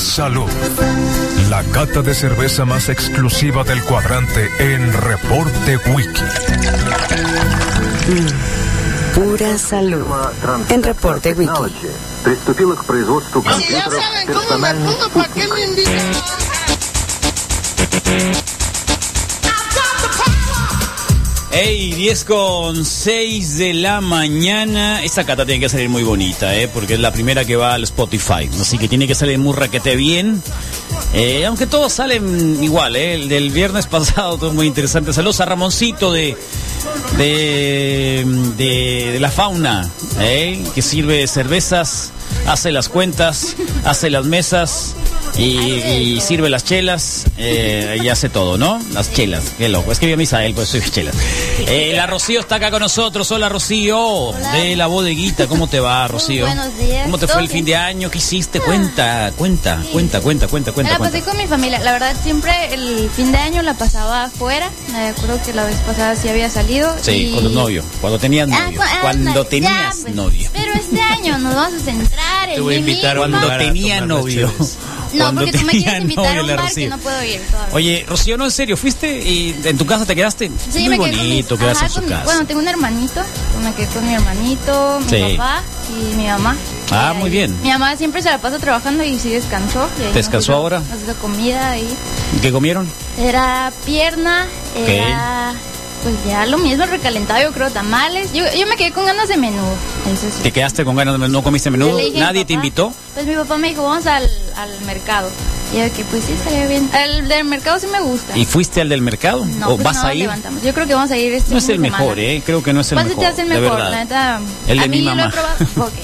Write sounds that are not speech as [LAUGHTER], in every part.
Salud. La cata de cerveza más exclusiva del cuadrante en Reporte Wiki. Pura salud. En Reporte Wiki. Приступила к производству Si ya компьютеров saben cómo me персональной pudo, ¿para qué me invitan? Ey, 10 con 6 de la mañana. Esta cata tiene que salir muy bonita, ¿eh? Porque es la primera que va al Spotify. Así que tiene que salir muy raquete bien. Eh, aunque todos salen igual, ¿eh? El del viernes [LAUGHS] pasado, todo muy interesante. Saludos a Ramoncito de, de, de, de la fauna, ¿eh? Que sirve cervezas, hace las cuentas, hace las mesas. Y, y sirve las chelas eh, y hace todo, ¿no? Las chelas, qué loco. Es que vi a Misael, pues soy chelas. Eh, la Rocío está acá con nosotros. Hola, Rocío. De la bodeguita. ¿Cómo te va, Rocío? buenos días. ¿Cómo te ¿Todo fue el bien? fin de año? ¿Qué hiciste? Cuenta, cuenta, cuenta, cuenta, cuenta, Me cuenta. la pasé cuenta. con mi familia. La verdad, siempre el fin de año la pasaba afuera. Me acuerdo que la vez pasada pues sí había salido. Sí, y- con tu novio. Cuando tenías Ah, novio. cu- ah, Cuando ya, tenías pues. novio. Pero este año nos vamos a centrar en Te voy a mí invitar a un misma. Cuando lugar a tenía tomar novio. las [LAUGHS] chelas. No, porque tú me tenía quieres invitar a un novio, la bar Rocío. que no puedo ir todavía. Oye, Rocío, no, en serio, ¿fuiste y en tu casa te quedaste? Sí, me Muy quedé con mis- bonito quedarse ajá, en su con- casa. Bueno, tengo un hermanito. Me quedé con mi hermanito, mi Sí. papá y mi mamá. Ah, Y muy ahí- bien. Mi mamá siempre se la pasa trabajando y sí descansó. y ahí nos ¿Descansó hizo- ahora? Nos hizo comida y... ¿Qué comieron? Era pierna, Ok. era pues ya lo mismo recalentado, yo creo, tamales. Yo, yo me quedé con ganas de menú. Eso sí. ¿Te quedaste con ganas de no comiste menudo? Le dije a mi ¿Nadie papá- te invitó? Pues mi papá me dijo, vamos al, al mercado. Y yo que pues sí, estaría bien. El del mercado sí me gusta. ¿Y fuiste al del mercado? no, ¿O pues vas no, a ir? levantamos. Yo creo que vamos a ir este No es fin de el mejor, semana. ¿eh? Creo que no es el ¿Cuál se mejor. Pues te hace el de mejor? verdad. La neta, El de a mi mí yo mamá. Lo he [LAUGHS] probado. ok.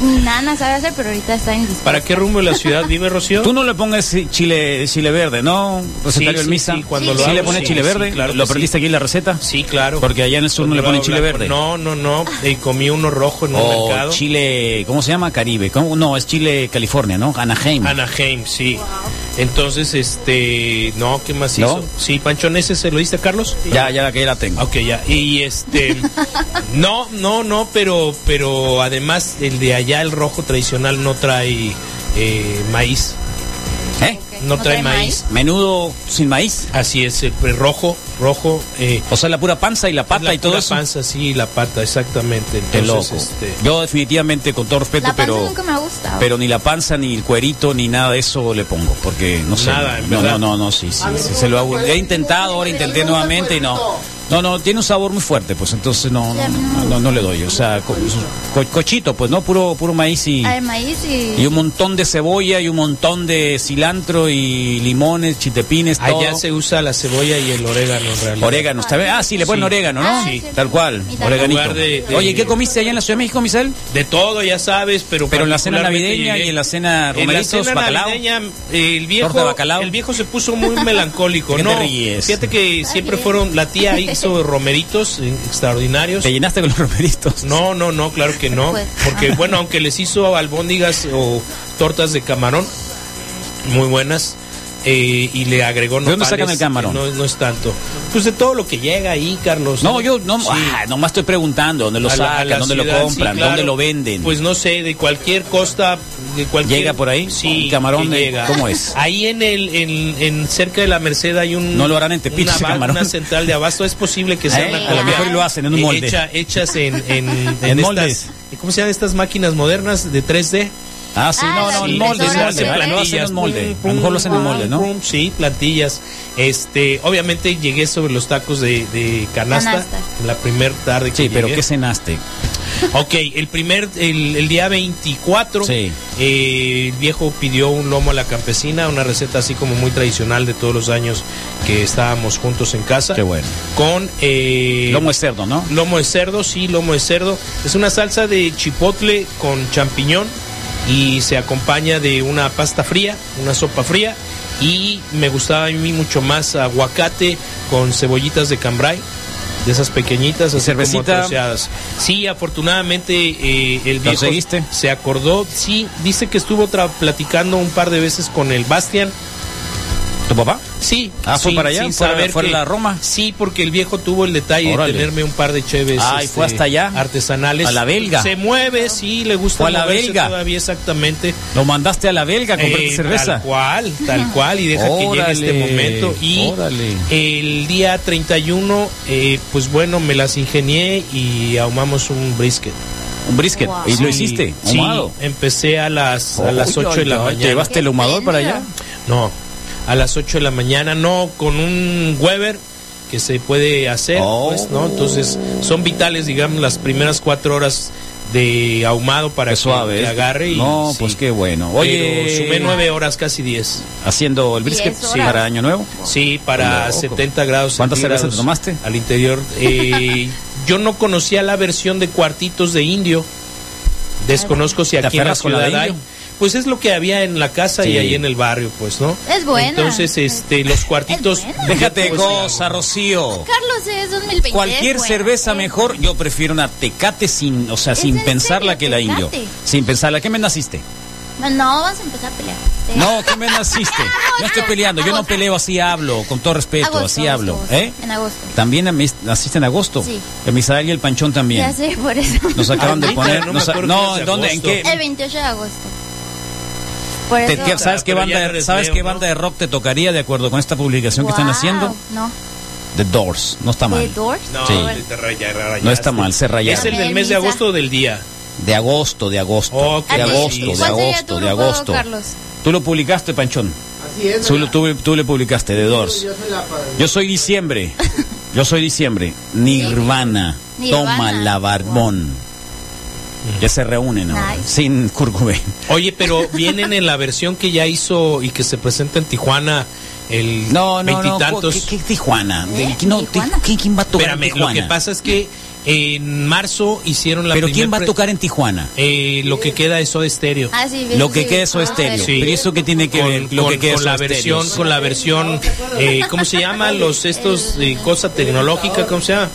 Mi nana sabe hacer, pero ahorita está en ¿Para qué rumbo de la ciudad vive Rocío? Tú no le pongas chile chile verde, ¿no? Recetario Sí, el sí, misa. sí, cuando ¿Sí lo hago, le pones sí, chile sí, verde. claro ¿Lo que sí. aprendiste aquí en la receta? Sí, claro. Porque allá en el sur no le ponen chile Blanco. verde. No, no, no. Y comí uno rojo en un O mercado. Oh, chile, ¿cómo se llama? Caribe. ¿Cómo? No, es chile California, ¿no? Anaheim. Anaheim, sí. Entonces, este, no, ¿qué más ¿No? hizo? Sí, panchonese se lo diste a Carlos. ya, ya la que la tengo. Ok, ya. Y este, [LAUGHS] no, no, no, pero, pero además el de allá, el rojo tradicional, no trae eh, maíz. ¿Eh? No, trae, maíz. Menudo sin maíz. Así es, el rojo, rojo. Eh, O sea, la pura panza y la pata la y todo pura eso. panza, sí, la pata, exactamente. Qué Entonces, loco. este, Yo definitivamente, con todo respeto, La panza pero... nunca me ha gustado. Pero ni la panza, ni el cuerito, ni nada de eso le pongo, porque no sé. Nada, en no, verdad. no, no, no, sí, sí, sí, se lo hago. He intentado, ahora intenté nuevamente y no. No, no, tiene un sabor muy fuerte, pues entonces no, no, no, no, no le doy. O sea, co- co- cochito, pues, ¿no? Puro, puro maíz y, Al maíz y... y un montón de cebolla y un montón de cilantro y limones, chitepines, todo. allá se usa la cebolla y el orégano, en realidad. Orégano, está bien. Ah, sí, le ponen Sí. orégano, ¿no? Ah, sí. Tal cual, Y tal oreganito. cual. De- de- Oye, ¿qué comiste allá en la Ciudad de México, Misael? De todo, ya sabes, pero Pero en la cena particularmente navideña llegué- y en la cena romeritos, En la cena bacalao. navideña, eh, el viejo, Torta de bacalao. el viejo se puso muy melancólico, ¿Qué te ¿no? ríes? Fíjate que siempre fueron, la tía hizo romeritos eh, extraordinarios. ¿Te llenaste con los romeritos? No, no, no, claro que no, Pues. porque bueno, aunque les hizo albóndigas o tortas de camarón, muy buenas. eh, y le agregó ¿De dónde nopales, sacan el camarón? No, no es tanto. Pues de todo lo que llega ahí, Carlos. No, yo no, Sí. ah, nomás estoy preguntando dónde lo A la- a sacan, la dónde ciudad, lo sí, compran, claro. dónde lo venden. Pues no sé, de cualquier costa, de cualquier... ¿Llega por ahí? Sí, ¿Un camarón que de- llega. cómo es? Ahí en el, en, en cerca de la Merced hay un... No lo harán en Tepito una ese ava- camarón. Una central de abasto, es posible que sea Eh, una a lo colonia mejor lo hacen en un eh, molde. hecha- hechas en... [LAUGHS] en, en En estas- moldes. ¿Cómo se llaman estas máquinas modernas de 3D? ah, sí, Ah, no, no, las en Sí, molde, impresoras, se hace, ¿eh? plan- lo hacen en molde. A lo mejor lo hacen en molde, ¿no? Pum, Sí, plantillas. Este, obviamente llegué sobre los tacos de, de canasta, Canasta. la primer tarde que Sí, pero llegué. ¿qué cenaste? Ok, el primer, el, el día 24, Sí. eh, el viejo pidió un lomo a la campesina, una receta así como muy tradicional de todos los años que estábamos juntos en casa. Qué bueno. Con eh, Lomo de cerdo, ¿no? lomo de cerdo, sí, lomo de cerdo. Es una salsa de chipotle con champiñón y se acompaña de una pasta fría, una sopa fría. Y me gustaba a mí mucho más aguacate con cebollitas de cambray. De esas pequeñitas, así como cervecita. troceadas. Sí, afortunadamente eh, el viejo conseguiste? se acordó. Sí, dice que estuvo tra- platicando un par de veces con el Bastian ¿Tu papá? Sí, Ah, ¿fue sí, para allá? sin ¿Fue a- saber fue a que- la Roma? Sí, porque el viejo tuvo el detalle Órale. de tenerme un par de cheves este, Ah, ¿y fue hasta allá? artesanales. ¿A la belga? Se mueve, sí, le gusta ¿Fue a la moverse belga? todavía exactamente. ¿Lo mandaste a la belga a comprarte Eh, cerveza? Tal cual, tal cual, y deja que llegue Órale, este momento. Y órale. el día 31, eh, pues bueno, me las ingenié y ahumamos un brisket. Un brisket. Wow. ¿Y lo Sí, hiciste? Sí, ahumado. empecé a las, a las Uy, 8 de la ay, mañana. ¿Te llevaste el humador para allá? No, a las 8 de la mañana, no, con un Weber que se puede hacer, Oh. pues, ¿no? Entonces, son vitales, digamos, las primeras cuatro horas de ahumado para Qué que suave. te agarre. Y, No, sí. pues qué bueno. Oye, Pero sumé nueve horas, casi diez. haciendo el brisket Diez sí, horas. para Año Nuevo. Sí, para Loco. 70 grados. ¿Cuántas cervezas centígrados te tomaste? Al interior. [LAUGHS] Eh, yo no conocía la versión de cuartitos de indio. Desconozco si Ah, ¿Te aquí en la aferras con la de ciudad hay. indio? Pues es lo que había en la casa Sí. y ahí en el barrio, pues, ¿no? Es buena. Entonces, este, los cuartitos. Es buena. Déjate Pues, goza, Rocío. Carlos es 2020. Cualquier es buena, cerveza es- mejor, yo prefiero una tecate sin, o sea, pues, ¿Es sin en pensarla serio, que la indio. Tecate? Sin pensarla. ¿Qué me naciste? No, no, vamos a empezar a pelear. Este, No, ¿qué me naciste? Ah, No estoy peleando, yo no Agosto. peleo, así hablo, con todo respeto, Agosto, así agosto, hablo. agosto. ¿Eh? En agosto. También a mí- naciste en agosto. Sí. El Misael y el Panchón también. Ya sé, por eso. Nos acaban de Ahorita poner. no me nos- No, acuerdo quién es ¿en de dónde? ¿En agosto. qué? [LAUGHS] El 28 de agosto. Por Te- eso. ¿qué- ¿Sabes, Ah, qué pero banda, ya no de- eres ¿sabes neo, qué ¿no? banda de rock te tocaría de acuerdo con esta publicación que están Guau, haciendo? No. The Doors. No está mal. ¿De Doors? No, Sí. te raya- rayaste. No está mal, se ¿Es rayaron. el del mes de Misa. agosto o del día? De agosto, de agosto. Oh, qué de maravilla. agosto, de Ah, ¿Cuál sería agosto, tu de grupo, agosto. Carlos? Tú lo publicaste, Panchón. Así es. Tú, ¿verdad? lo- tú- tú le publicaste, The Doors. Yo soy la padre. Yo soy [LAUGHS] diciembre. Yo soy diciembre. Nirvana. Nirvana. Toma la barbón. Mm. Ya se reúnen ahora. Nice. Sin Kurt Cobain. Oye, pero [LAUGHS] vienen en la versión que ya hizo y que se presenta en Tijuana el No, no, no. veintitantos. ¿Qué, qué es Tijuana? ¿Eh? ¿Qué- no, ¿Tijuana? Tij- ¿qué- ¿Quién va a tocar Espérame, en Tijuana? lo que pasa es que en marzo hicieron la ¿Pero primer quién va a pre- tocar en Tijuana? Eh, lo que queda es Soda Estéreo. Ah, sí, Lo que sí. queda es Soda Ah, Stereo. Sí. ¿Pero eso qué tiene que con, ver? Lo con- que queda con es la Soda versión, Stereo. con la versión, eh, ¿cómo se llama? Los estos eh, cosa tecnológica, ¿cómo se llama?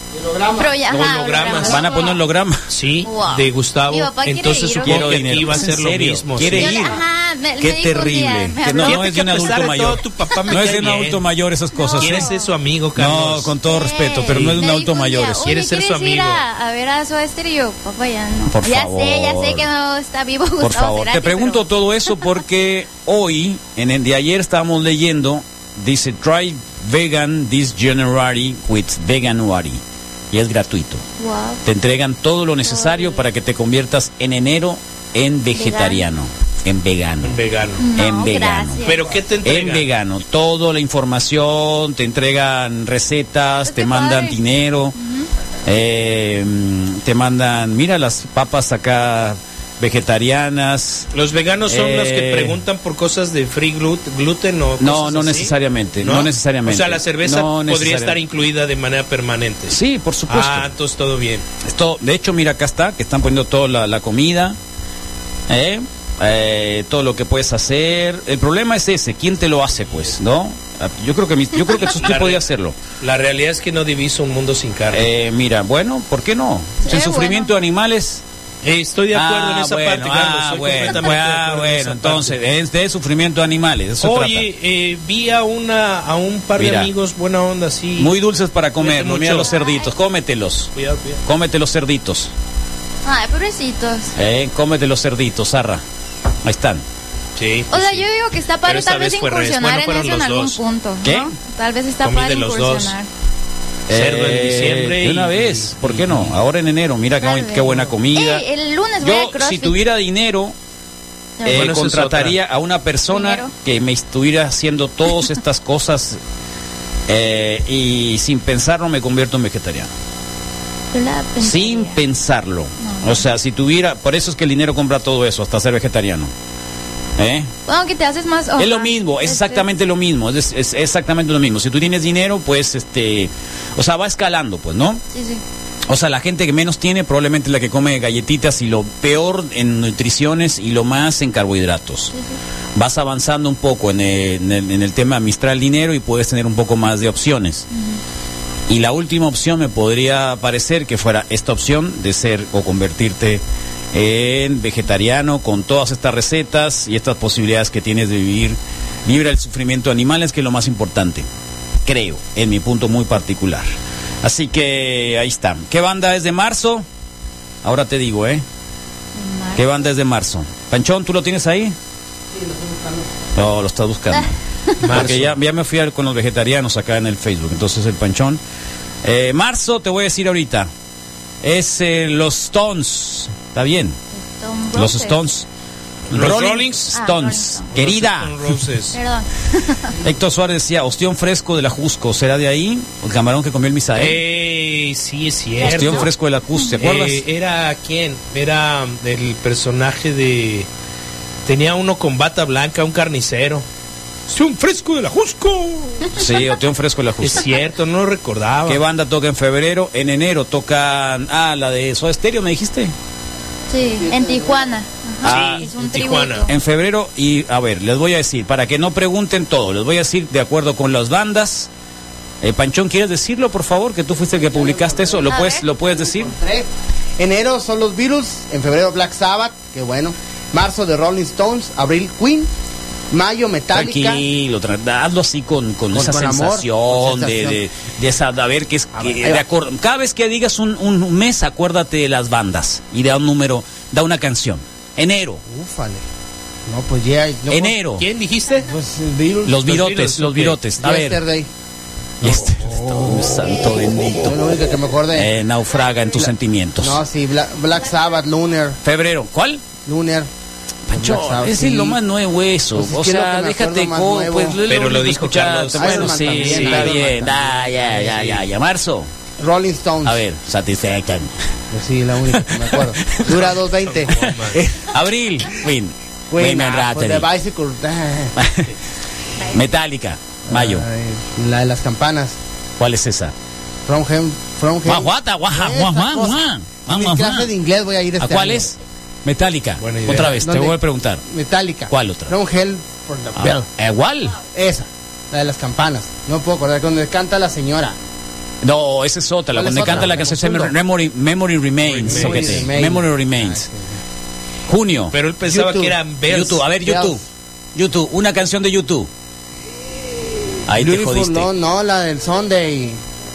Pero ya, ajá, Hologramas. hologramas. Van a poner un holograma. Sí, Wow. de Gustavo. Mi papá quiere Entonces ir, supongo ¿no? que Quiero aquí dinero. va a ser ¿En lo serio? mismo. ¿Quiere sí. Yo- ir? Ajá, me- me Qué dijo un terrible. día, me Que no, habló. no es de un Fíjate que a adulto pesar de mayor. todo, tu papá me no es cae de un bien. adulto mayor esas cosas. No. ¿Quieres ser su amigo, Carlos? No, con todo respeto, pero no es de un Me adulto dijo día, mayor. "Oye, eso. Quiere ser su ¿quieres ir amigo. A, a ver a Soda Stereo, papá, ya no. Por ya favor. sé, ya sé que no está vivo Gustavo Por favor, Cerati, te pregunto pero- todo [LAUGHS] eso porque hoy, en el de ayer estábamos leyendo, dice Try Vegan this January with Veganuary. Y es gratuito. Guau. Te entregan todo lo necesario para que te conviertas en enero en vegetariano, en vegano. Un Vegano. No, En vegano. gracias. ¿Pero qué te En entrega? vegano, toda la información, te entregan recetas, Pues te qué mandan padre. dinero, eh, mm, te mandan, mira las papas acá vegetarianas. Los veganos son los que Eh. preguntan por cosas de free glut- gluten o No, cosas no así. necesariamente, Este, no, necesariamente. O sea, la cerveza No podría necesariamente. estar incluida de manera permanente. Sí, por supuesto. Ah, entonces todo bien. Esto, de hecho, mira, acá está, que están poniendo toda la, la comida, ¿eh? Eh, todo lo que puedes hacer. El problema es ese, ¿quién te lo hace, pues, no? Ah, Yo creo que mis- yo creo [LAUGHS] que tú Claro. podías hacerlo. La realidad es que no diviso un mundo sin carne. Eh, mira, bueno, ¿por qué no? Sí, El sufrimiento de animales. Eh, estoy de acuerdo en esa bueno, parte, Carlos. ah, estoy bueno, completamente de ah, acuerdo en bueno, esa entonces, parte. es de sufrimiento de animales, de eso Oye, eh, vi a, una, a un par de Mira. amigos, buena onda, sí. trata. Muy dulces para comer, Cuídate no, mira mucho. los cerditos, cómetelos. Cuidado, cuidado. Cómete los cerditos, Ay, pobrecitos. eh, cómete los cerditos, zarra. Ahí están. Sí. O sea, yo digo que está Pero padre esta tal vez vez fue Reyes. incursionar Bueno, en fueron eso en los algún dos. punto. ¿Qué? ¿no? Tal vez está Comí padre de los dos. incursionar. Cerdo en Eh, diciembre De una y- vez, ¿por qué no? y- Ahora en enero, mira qué, Tal buen- vez. qué buena comida. Ey, el lunes voy Yo, a CrossFit. si tuviera dinero, eh, Bueno, esa es contrataría a una persona Dinero. que me estuviera haciendo todas estas cosas eh, y sin pensarlo me convierto en vegetariano. Yo la pensaría. Sin pensarlo. O sea, si tuviera, por eso es que el dinero compra todo eso, hasta ser vegetariano. ¿Eh? Bueno, que te haces más... Este, Es lo mismo, es exactamente lo mismo, es, es exactamente lo mismo. Si tú tienes dinero, pues, este, o sea, va escalando, pues, ¿no? Sí, sí. O sea, la gente que menos tiene probablemente es la que come galletitas y lo peor en nutriciones y lo más en carbohidratos. Vas avanzando un poco en el, en el- en el tema Mistral Dinero y puedes tener un poco más de opciones. Y la última opción me podría parecer que fuera esta opción de ser o convertirte en vegetariano con todas estas recetas y estas posibilidades que tienes de vivir libra del sufrimiento de animales, que es lo más importante, creo, en mi punto muy particular. Así que ahí está. ¿Qué banda es de marzo? Ahora te digo, ¿eh? ¿Qué banda es de marzo? Panchón, ¿tú lo tienes ahí? No, lo estás [LAUGHS] buscando. Porque ya, ya me fui al- con los vegetarianos acá en el Facebook. Entonces el panchón. Eh, marzo, te voy a decir ahorita. Es eh, los Stones. Está bien. Stone Los Roses. Stones. Los Rolling Rolling Ah, Rolling Stones. Stones. Querida. [LAUGHS] ¿Eh? Roses. Perdón. Héctor Suárez decía, ostión fresco de la Jusco. ¿Será de ahí? El camarón que comió el Misael. Eh, Ey, sí, es cierto. ostión fresco de la Jusco. ¿Te acuerdas? Eh, era quién? Era mm, el personaje de. Tenía uno con bata blanca, un carnicero. ¡Es un fresco de la Jusco! sí, ostión fresco de la [LAUGHS] Es Jusco. cierto, no lo Ah. recordaba. ¿Qué banda toca en febrero? En enero tocan... Ah, la de Soda Stereo, ¿me dijiste? Sí, en Tijuana. Ajá. Sí, es un en Tijuana. tributo. Ah, En febrero y a ver, les voy a decir, para que no pregunten todo, les voy a decir de acuerdo con las bandas. Eh, Panchón, ¿quieres decirlo, por favor? Que tú fuiste el que publicaste eso. ¿Lo A puedes, ver. ¿lo puedes decir? Tres. Enero son los Virus, en febrero Black Sabbath, qué bueno. Marzo de Rolling Stones, abril Queen, mayo Metallica. Tranquilo, tra- hazlo así con, con Con- esa con amor, sensación, con de, sensación. de, de saber que es... A que- ver, ahí de va. acuerdo. Cada vez que digas un, un mes, acuérdate de las bandas y da un número, da una canción. Enero, Ufale. No, pues ya. no, pues- enero, ¿Quién dijiste? Pues Virus. los virotes, Beatles, los ok. virotes. A ver, Yesterday. este, todo un santo bendito. Fue lo único que me acordé. Eh, naufraga en tus sentimientos. No, sí, Bla- Black, Sabbath, Lunar, Febrero, ¿cuál? Lunar. Pancho, Black Sabbath, es sí. lo más nuevo eso. Pues es o que es lo sea, que me déjate acuerdo más con. nuevo. Pues, Pero lo único dijo que escuchaste. Carlos. Bueno, Iron Man sí, también, sí, Iron está Man bien. también. Ah, ya, ya, ya, ya. Marzo. Rolling Stones. A ver, [LAUGHS] satisfaction. Pues sí, la única que me acuerdo. Dura 2.20. Eh, Abril, Queen. Queen, Queen and ah, pues, The Rattle. Bicycle. ah, [LAUGHS] Metallica, mayo. ay, la de las campanas. ¿Cuál es esa? From Him. From Him. Guajuata, guaja, Esa guajuan, cosa. guajuan, Y Mi guajuan, clase de guajuan. inglés voy a ir este ¿A cuál año. es? Metallica. Buena idea. Otra vez, te ¿Dónde? voy a preguntar. Metallica. ¿Cuál otra? From Hell for the Ah, Bell. ¿Igual? Esa, la de las campanas. No puedo acordar. Cuando canta la señora. No, esa es otra, la ¿Cuál es donde otra? canta la Me canción se llama confundo. Memory, Memory Remains. Memory ojete. Remains. Ah, Memory Remains. Junio. Pero él pensaba YouTube. que eran Bells. YouTube, a ver, Bells. YouTube. YouTube, una canción de YouTube. Ahí te Beautiful, jodiste. no, no, la del Sunday.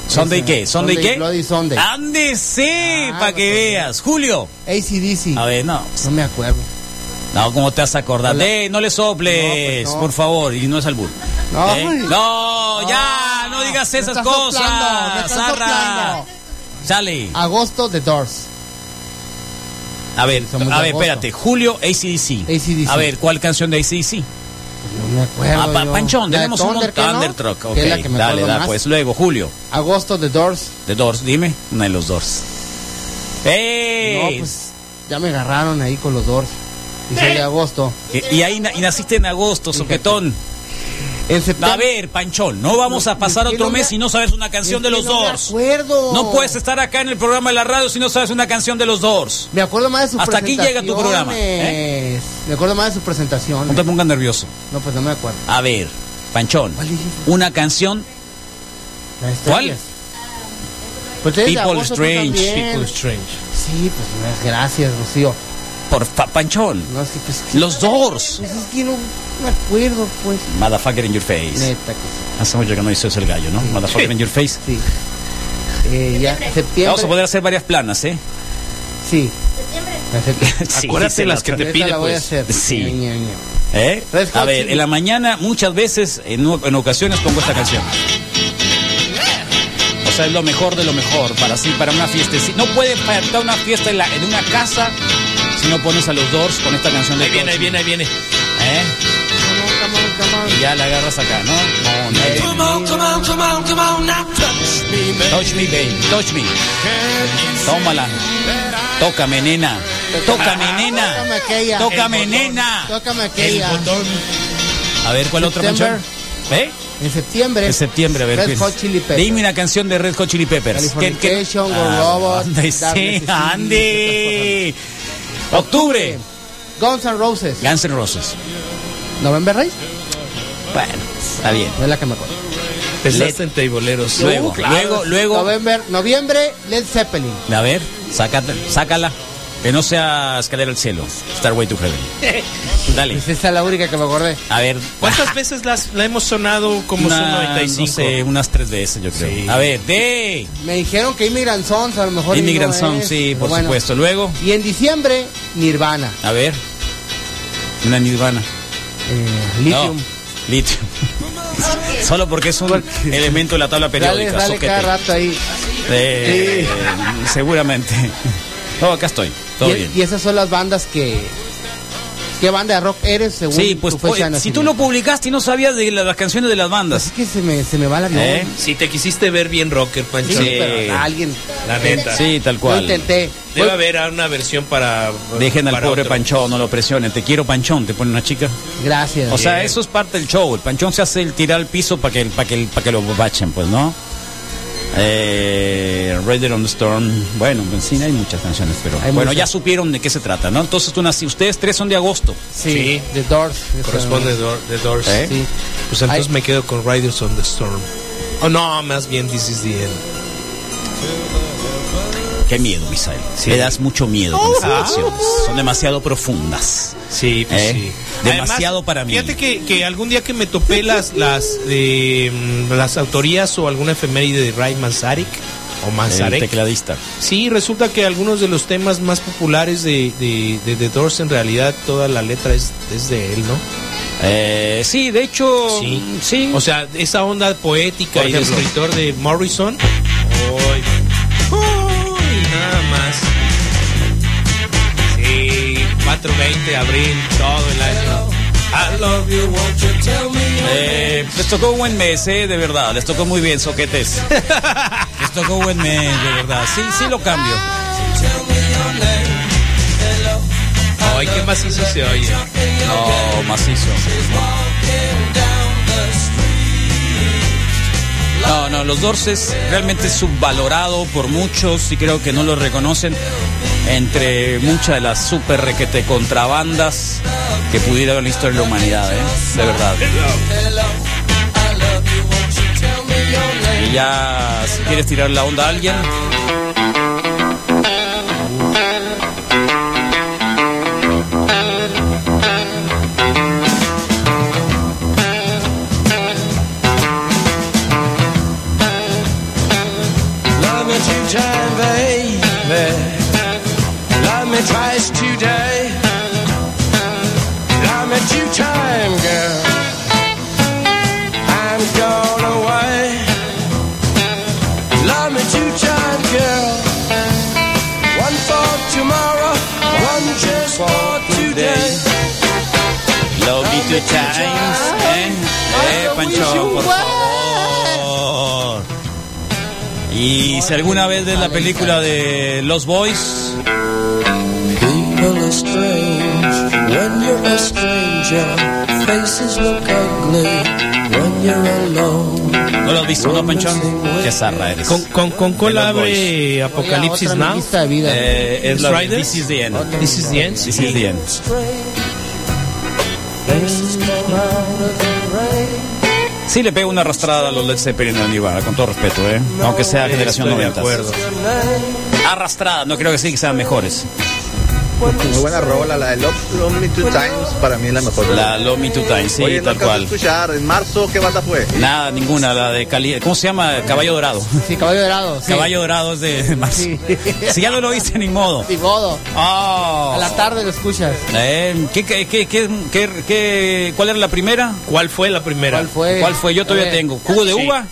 ¿Sunday Esa. qué? ¿Sunday qué? Bloody Sunday. Ande, sí, Ah, para que no, veas. Julio. ACDC. A ver, no. No me acuerdo. No, ¿cómo te vas a acordar? Hola. Ey, no le soples, No, pues no. por favor. Y no es albur. No, ¿Eh? ay. Ah, No, ya, no digas Me esas estás cosas. soplando, me estás Zarra. soplando. Ah, Sale. Agosto, The Doors. A ver, Somos de a ver, agosto. espérate. Julio, ACDC. AC/DC. A ver, ¿cuál canción de ACDC? No me acuerdo. Ah, pa- yo. Panchón, La de tenemos un montón. Thunder, ¿qué no? Thunderstruck, Que ok. es la que me Dale, acuerdo da, más. pues. Luego, Julio. Agosto, The Doors. The Doors, dime. Una de los Doors. ¡Ey! No, pues ya me agarraron ahí con los Doors. Y soy ¿Eh? de agosto. Y, y ahí na- y naciste en agosto, soquetón. En A septiembre. ver, Panchón, no vamos a pasar es que otro no me- mes si no sabes una canción es de que los no me Doors. acuerdo. No puedes estar acá en el programa de la radio si no sabes una canción de los Doors. Me acuerdo más de sus Hasta aquí llega tu programa, ¿eh? presentaciones. Me acuerdo más de sus presentaciones. No te pongas nervioso. No, pues no me acuerdo. A ver, Panchón, ¿Cuál dijiste? una canción La de ¿Cuál? estrellas. Pues ustedes de People agosto son Strange, también. People Strange. Sí, pues no, gracias, Rocío. por fa- Panchón. No, es que, pues, es que- Los Doors. pues, es que no me acuerdo, pues. Motherfucker in your face. Neta que sí. Hace mucho que no hizo eso el gallo, ¿no? Motherfucker in your face. sí. Eh, ya, septiembre. Vamos a poder hacer varias planas, ¿eh? Sí. En septiembre. Sí, Acuérdate dice la las que otra. te Esa pide, la voy a pues. hacer. Sí. Ñe, Ñe, Ñe. ¿Eh? Red Hot A ver, Chili. en la mañana muchas veces, en, u- en ocasiones pongo esta canción. O sea, es lo mejor de lo mejor para sí, para una fiesta. Sí, No puede faltar una fiesta en, la- en una casa si no pones a los Doors con esta canción de Ahí viene, ahí Coldplay. viene, ahí viene. ¿Eh? Y ya la agarras acá, ¿no? No, no, ahí viene. Touch me, baby, touch me. Tómala. Tócame, nena. Tócame, Tócame nena. aquella. Tócame, El botón. nena. Tócame El aquella. botón. A ver, ¿cuál otra canción? September. ¿Eh? En septiembre. En septiembre, a ver. Red ¿qué es? Hot Chili Peppers. Dime una canción de Red Hot Chili Peppers. Ah, Californication, Go Robot, Andy, Dark sí, Necessity, Andy. Octubre. Guns N' Roses. Guns N' Roses. November Rain. Bueno, está bien. No es la que me acuerdo. Pensaste en teiboleros. Luego, Uh, claro. luego, luego. November, noviembre, Led Zeppelin. A ver, sácate- sácala. Que no sea escalera al cielo. Starway to Heaven. Dale. Pues esa es la única que me acordé. A ver. Ah, ¿Cuántas veces las, la hemos sonado como Una- son 95? no sé, unas tres veces, yo creo. Sí. A ver, de Me dijeron que Immigrant Sons, a lo mejor. y Immigrant no es, Song, sí, pero por bueno. supuesto. Luego, Y en diciembre, Nirvana. a ver. Una Nirvana. Eh, Lithium. No, litio. [LAUGHS] Solo porque es un elemento de la tabla Dale, periódica. dale soquete. cada rato ahí. Eh, Seguramente. No, acá estoy. Todo Y, bien. y esas son las bandas que. ¿Qué banda de rock eres según Sí, pues tu fecha oye, de si tú nacimiento? Pues lo publicaste y no sabías de la- las canciones de las Es bandas. que se me, se me va la avión. ¿Eh? Si te quisiste ver bien rocker, Pancho. Sí. Pero a alguien. La neta. Sí, tal Yo cual. intenté. Debe haber una versión para. Dejen al para pobre otro. Panchón, no lo presionen. Te quiero Panchón, te pone una chica. Gracias. O sea, eso es parte del show. El Panchón se hace el tirar al piso para que, para que, para que lo bachen, pues, ¿no? Eh, Raider on the Storm. Bueno, en sí, hay muchas canciones, pero Hay bueno, muchas. ya supieron de qué se trata, ¿no? Entonces, tú nací- ustedes tres son de agosto. sí, sí. The Doors. esa- Corresponde Dor- The Doors. ¿Eh? Sí. Pues entonces Ay. me quedo con Riders on the Storm. Oh, no, más bien This is the End. Qué miedo, Misael. Sí. Me das mucho miedo con Oh. esas canciones. Son demasiado profundas. Sí, pues ¿Eh? sí. Demasiado para mí. Fíjate que, que algún día que me topé las las eh, mm, las autorías o alguna efeméride de Ray Manzarek o El Manzarek. tecladista. Sí, resulta que algunos de los temas más populares de, de, de The Doors en realidad toda la letra es, es de él, ¿no? Eh, sí, de hecho, sí. O sea, esa onda poética Por y de ejemplo. escritor de Morrison. Uy. Uy, nada más. Sí, 420 de abril, todo el año. I love you, won't you tell me your Eh, les tocó buen mes, eh, de verdad. Les tocó muy bien, soquetes. Les tocó buen mes, de verdad. Sí, sí lo cambio. Ay, qué macizo se oye. No, macizo. No, no, los Doors es realmente subvalorado por muchos y creo que no lo reconocen entre muchas de las super requete contrabandas que pudiera haber en la historia de la humanidad, ¿eh? De verdad. Y ya, si quieres tirar la onda a alguien, Love me two time, baby. Love me twice today. Love me two time, girl. I'm going away. Love me two time, girl. One for tomorrow, one just for today. Love Me Two Times, ¿eh? Eh, Pancho, por favor. Y si alguna vez ves la película de Los Boys, People are strange when you're a stranger. Faces look ugly when you're alone. ¿no lo has visto, no, Panchón? Qué zarra eres. ¿Con, con, con cuál De los abre Apocalipsis Otra Now? lista de vida. Eh, es la de Riders? This is the end. This is the end. This is the end. Sí, le pego una arrastrada a los Led Zeppelin de Nirvana, con todo respeto, ¿eh? Aunque sea generación Estoy de 90. acuerdo. Arrastrada, no creo que sí que sean mejores. Muy buena rola, la de Love Lonely Two Times, para mí es la mejor. La Love Me Two Times, sí, Oye, no tal alcanzo a cual. escuchar, en marzo, ¿qué banda fue? Nada, ninguna, la de Cali. ¿Cómo se llama? Caballo Dorado. Sí, caballo dorado. [LAUGHS] Sí. Caballo Dorado es de marzo. Sí. Si ya no lo viste, ni modo. Ni modo. Oh. A la tarde lo escuchas. Eh, ¿qué- qué- qué- qué- qué- qué- cuál era la primera? ¿Cuál fue la primera? ¿Cuál fue? ¿Cuál fue? Yo todavía Eh, tengo. ¿Jugo de Sí. uva?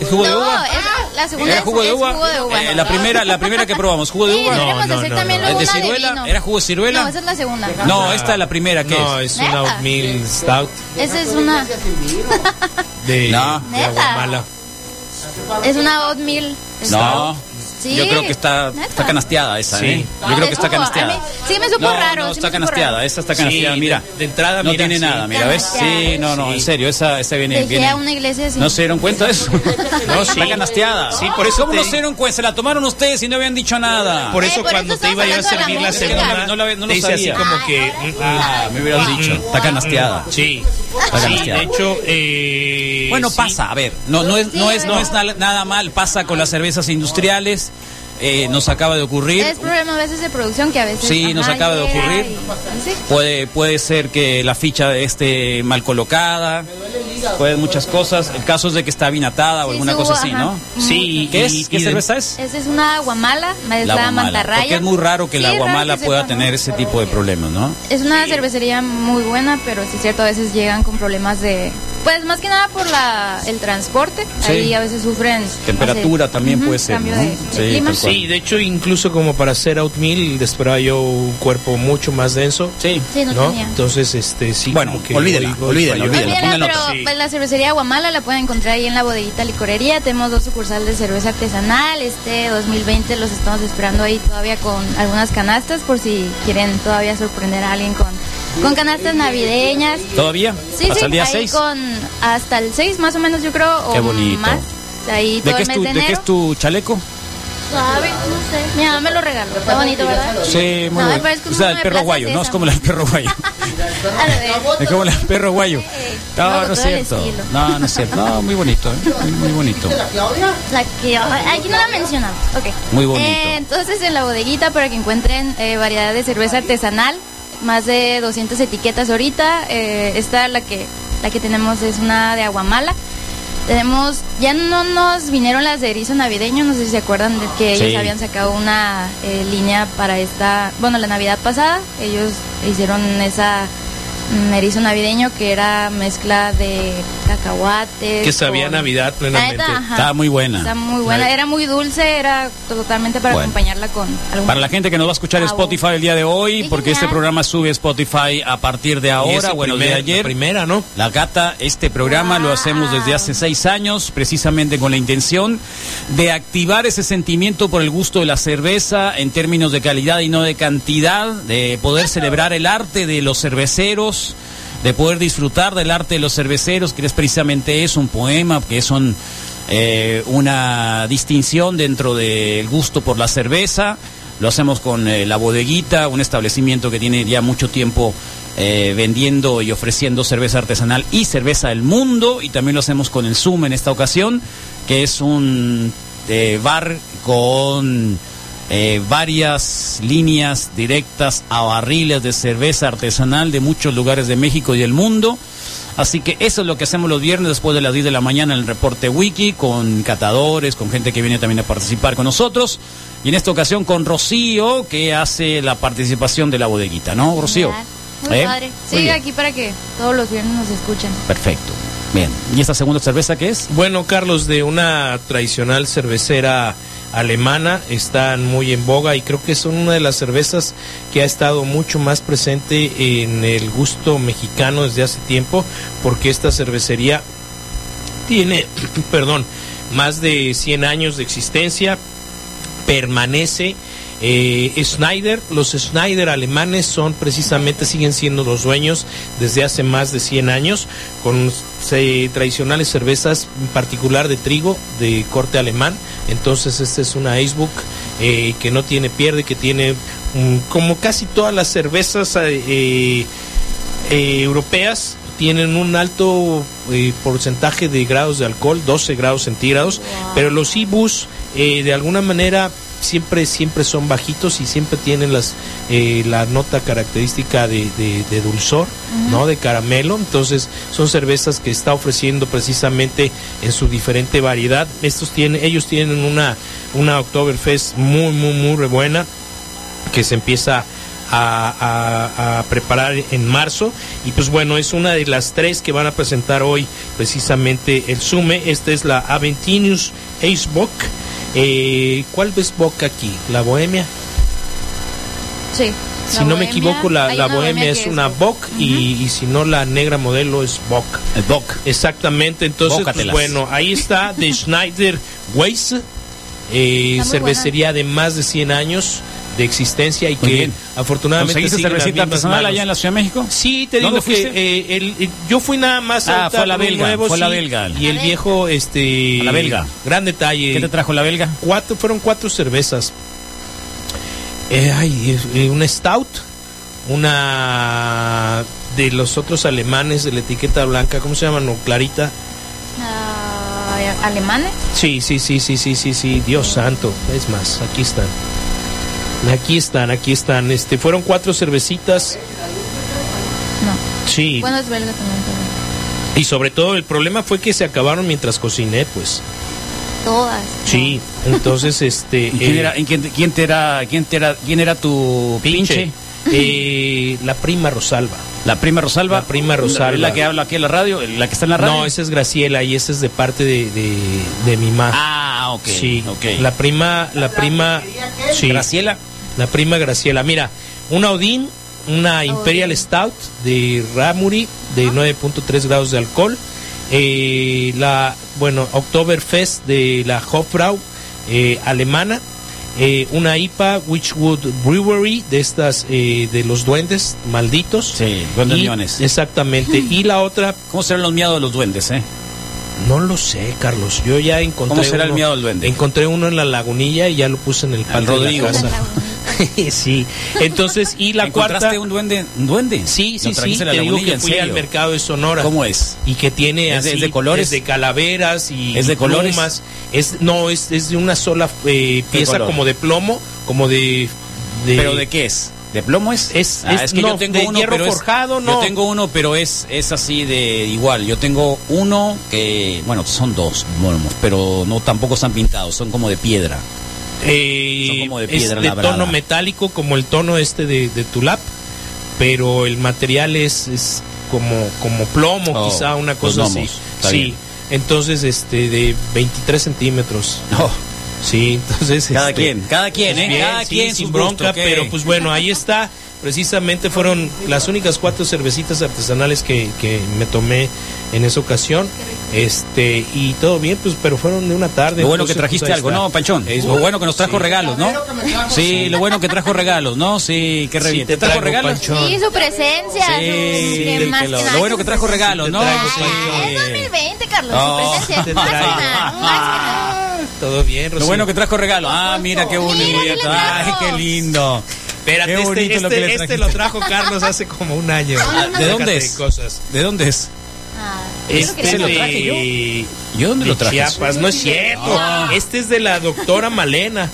¿Es jugo de No, uva? es, la segunda ¿Era es jugo de es uva? jugo de uva. Eh, la, primera, la primera que probamos, ¿jugo de Sí, uva? deberíamos No, no, hacer no, también no. luego ¿Es de una ciruela? vino. ¿Era jugo de ciruela? No, esa es la segunda. No, esta es la primera, ¿qué No, es? es una Neta. oatmeal stout Esa es una, de, No. de Neta. Aguamala. es una oatmeal. No, Sí, yo creo que está, neta. está canasteada esa, Sí. ¿eh? Yo creo que Me está supo, canasteada. a mí- sí me supo no, raro, No, sí está me supo canasteada, eh, raro. esta está Sí, canasteada, de- mira. de entrada, No mira, tiene sí. nada, mira, ¿ves? Sí, no, no, Sí. en serio, esa, esa viene, Dejé viene- a una iglesia así. No se dieron cuenta [LAUGHS] de eso. No, sí. Está canasteada. Sí, por eso ¿Cómo te no di- se dieron cuenta? Se la tomaron ustedes y no habían dicho nada. Eh, Por eso Eh, por cuando eso te iba yo a estamos hablando de servir la la música. segunda, No la- no lo te hice así sabía. como que... mm, mm, Ah, me hubieras dicho. Está canasteada. Sí, Está sí, canasteada. de hecho... eh, Bueno, sí. pasa, a ver, no, no es, no es, no es na- nada mal, pasa con las cervezas industriales, eh, nos acaba de ocurrir. Es problema a veces de producción que a veces. Sí, nos acaba de llega ocurrir. y- sí. Puede, puede ser que la ficha esté mal colocada, pueden muchas cosas. El caso es de que está bien atada Sí, o Ah, alguna su- cosa así, ajá. ¿no? Sí, ¿Qué, y- es? y ¿Qué de- cerveza es? Esa es una aguamala, es la, Guamala, mantarraya. Porque es muy raro que la Sí, es raro guamala que pueda sepa, ¿no? tener ese tipo de problemas, ¿no? Es una cervecería muy buena, pero sí es cierto, a veces llegan con problemas de... Pues más que nada por la, el transporte, Sí. ahí a veces sufren... no sé, Temperatura también puede ser, cambio ¿no? de- de Sí, clima. Pues tal cual. Sí, de hecho, incluso como para hacer oatmeal, esperaba yo un cuerpo mucho más denso. Sí. Sí, no, ¿No? tenía. Entonces, este, sí. Bueno, como que olvídela, voy- voy olvídela, fallando. olvídela. Olvídala, pongan pero nota. Sí. pues, la cervecería Guamala la pueden encontrar ahí en la bodeguita licorería. Tenemos dos sucursales de cerveza artesanal. Este 2020 los estamos esperando ahí todavía con algunas canastas por si quieren todavía sorprender a alguien con, con canastas navideñas. ¿Todavía? Sí, ¿Hasta sí, el día ahí 6? con hasta el 6 más o menos yo creo. Qué o bonito. Más. Ahí ¿De todo el qué, es mes tu, de de qué enero. es tu chaleco? Suave, no sé. Mi mamá me lo regaló. Está bonito, ¿verdad? Sí, muy No, bueno. pero es como o sea, uno el de perro Plaza guayo, ¿no? Es Sésamo. como el [LAUGHS] perro guayo. Al revés. [LAUGHS] es como el perro guayo. No, No, no es todo el cierto. estilo. No, no es cierto. No, muy bonito, ¿eh? Muy, muy bonito. La que aquí no la mencionamos. Ok. Muy bonito. Eh, entonces en la bodeguita para que encuentren eh, variedad de cerveza artesanal, más de 200 etiquetas ahorita. Eh, esta la que la que tenemos es una de aguamala. Tenemos ya no nos vinieron las de erizo navideño, no sé si se acuerdan de que Sí. ellos habían sacado una eh, línea para esta, bueno, la Navidad pasada, ellos hicieron esa mm, erizo navideño que era mezcla de cacahuates Que sabía Navidad plenamente. La neta, ajá. Está muy buena. Está muy buena. Era muy dulce, era totalmente para Bueno. acompañarla con algún. Para la gente que nos va a escuchar Bravo. Spotify el día de hoy, Sí, porque este genial. programa sube Spotify a partir de Y ahora, esa bueno, primer- de ayer. la primera, ¿no? La Gata, este programa lo hacemos desde hace seis años, precisamente con la intención de activar ese sentimiento por el gusto de la cerveza en términos de calidad y no de cantidad, de poder celebrar el arte de los cerveceros, de poder disfrutar del arte de los cerveceros, que es precisamente eso, un poema, que son eh, una distinción dentro del gusto por la cerveza. Lo hacemos con eh, La Bodeguita, un establecimiento que tiene ya mucho tiempo eh, vendiendo y ofreciendo cerveza artesanal y cerveza del mundo. Y también lo hacemos con el Zoom en esta ocasión, que es un eh, bar con eh, varias líneas directas a barriles de cerveza artesanal de muchos lugares de México y del mundo. Así que eso es lo que hacemos los viernes después de las 10 de la mañana en el reporte wiki, con catadores, con gente que viene también a participar con nosotros. Y en esta ocasión con Rocío, que hace la participación de la bodeguita, ¿no, Rocío? Muy ¿Eh? padre. Muy Sí, bien. aquí para que todos los viernes nos escuchen. Perfecto. Bien. ¿Y esta segunda cerveza qué es? Bueno, Carlos, de una tradicional cervecera alemana, están muy en boga y creo que son una de las cervezas que ha estado mucho más presente en el gusto mexicano desde hace tiempo, porque esta cervecería tiene, [CLEARS THROAT] perdón, más de 100 años de existencia, permanece. Eh, Schneider, los Schneider alemanes son precisamente, siguen siendo los dueños desde hace más de 100 años, con eh, tradicionales cervezas, en particular de trigo, de corte alemán. Entonces, esta es una Eisbook eh, que no tiene pierde, que tiene mm, como casi todas las cervezas eh, eh, eh, europeas tienen un alto eh, porcentaje de grados de alcohol, 12 grados centígrados, pero los ibus eh, de alguna manera siempre siempre son bajitos y siempre tienen las eh, la nota característica de, de- de dulzor, no de caramelo. Entonces son cervezas que está ofreciendo precisamente en su diferente variedad. Estos tienen ellos tienen una una Oktoberfest muy muy muy buena que se empieza a, a- a preparar en marzo. Y pues bueno, es una de las tres que van a presentar hoy precisamente el SUME. Esta es la Aventinus Eisbock. Eh, ¿Cuál ves Bock aquí? ¿La Bohemia? Sí. si La no me Bohemia. equivoco, la, Hay la una Bohemia, es que una Bock y, y si no, la negra modelo es Bock. El Bock. Exactamente, entonces, pues, Bócatelas. bueno, ahí está [LAUGHS] de Schneider Weiss, eh, Está muy cervecería de más de 100 años de existencia y Muy que bien. afortunadamente ¿Conseguiste siguen las cervecita mismas artesanal manos. allá en la Ciudad de México? Sí, te digo ¿Dónde que fuiste? eh, el- el- yo fui nada más Ah, ahorita fue la por un belga, fue la belga. Y el La viejo, este... La belga. Gran detalle. ¿Qué te trajo la belga? cuatro, fueron cuatro cervezas. Eh, ay, es- eh, una stout, una de los otros alemanes de la etiqueta blanca, ¿cómo se llaman? No, clarita. Ah, ya. alemanes. Sí, sí, sí, sí, sí, sí, sí, Dios santo. Es más, aquí están. Aquí están, aquí están. Este, fueron cuatro cervecitas. No. Sí. Bueno, es belga también. pero Y sobre todo el problema fue que se acabaron mientras cociné, pues. Todas. Sí. Entonces, [LAUGHS] este. ¿Y ¿Quién eh, era, en quién, quién te era, quién te era, quién era tu pinche? pinche? Eh, la prima Rosalba. La prima Rosalva. La prima Rosalba. La, la que habla aquí en la radio, la que está en la radio. No, esa es Graciela y esa es de parte de, de, de mi mamá. Ah, ok. Sí, ok. la prima, la prima, sí, Graciela. la prima Graciela. Mira, una Odín, una Imperial Stout de Ramuri de 9.3 grados de alcohol, eh, la, bueno, Oktoberfest de la Hofbrau eh, alemana, eh, una IPA Witchwood Brewery de estas, eh, de los duendes malditos. Sí, duendes Y- leones. Exactamente. Y la otra, ¿Cómo serán los miados de los duendes, eh? no lo sé, Carlos. Yo ya encontré. ¿Cómo será el uno- miedo al duende? Encontré uno en la lagunilla y ya lo puse en el Al pan de la Rodrigo. casa. [LAUGHS] sí. Entonces, y la ¿Encontraste cuarta. un duende? ¿Un duende? Sí, sí, ¿Lo sí. trajiste a la Te digo lagunilla, que en fui serio? al mercado de Sonora. ¿Cómo es? Y que tiene ¿Es de- así, es de colores? desde calaveras y ¿Es de colores? plumas. Es, no, es, es de una sola eh, pieza color? como de plomo, como de. de- ¿Pero de qué es? ¿De plomo es? Es- Ah, es- que no, yo tengo de uno, hierro pero es- Yo forjado, no. tengo uno, pero es, es así de igual. Yo tengo uno que, bueno, son dos monomos, pero no tampoco están pintados, son como de piedra. Eh, Son como de es piedra de labrada. tono metálico como el tono este de, de tu lap, pero el material es, es como, como plomo, Oh, quizá una los cosa así. gnomos, está Sí, bien. entonces este de 23 centímetros. No. Sí, entonces. Cada este, quien, cada quien, pues ¿eh? bien, cada sí, quien sin sus bronca, gustos, ¿qué? pero pues bueno, ahí está. Precisamente fueron las únicas cuatro cervecitas artesanales que, que me tomé en esa ocasión. Este, y todo bien, pues, pero fueron de una tarde. Lo bueno que entonces, trajiste pues, ahí algo, está. ¿no, Panchón? Es- Lo bueno que nos trajo Sí. regalos, ¿no? Lo que me trajo, Sí, lo bueno que trajo regalos, ¿no? Sí, qué re Sí, bien. te ¿Te trajo traigo, regalos? Panchón. Sí, su presencia. Sí, su- ¿qué te más lo, que lo más? bueno que trajo regalos, ¿no? traigo, Sí. Ah, Es 2020, Carlos. Oh. Su [LAUGHS] presencia. Más que nada, más que nada. Ah, Todo bien, Rocío. Lo bueno que trajo regalo. Ah, mira qué bonito. Mira, le Ay, trajo. qué lindo. Espérate, Qué este, bonito este, lo lo que le este trajiste. lo trajo Carlos hace como un año. Ah, ¿De dónde es? Cosas. ¿De dónde es? Ah, yo lo Este quería lo comprar. traje yo. de- ¿Yo dónde de lo traje? Chiapas, no es cierto. Ah. Este es de la doctora Malena.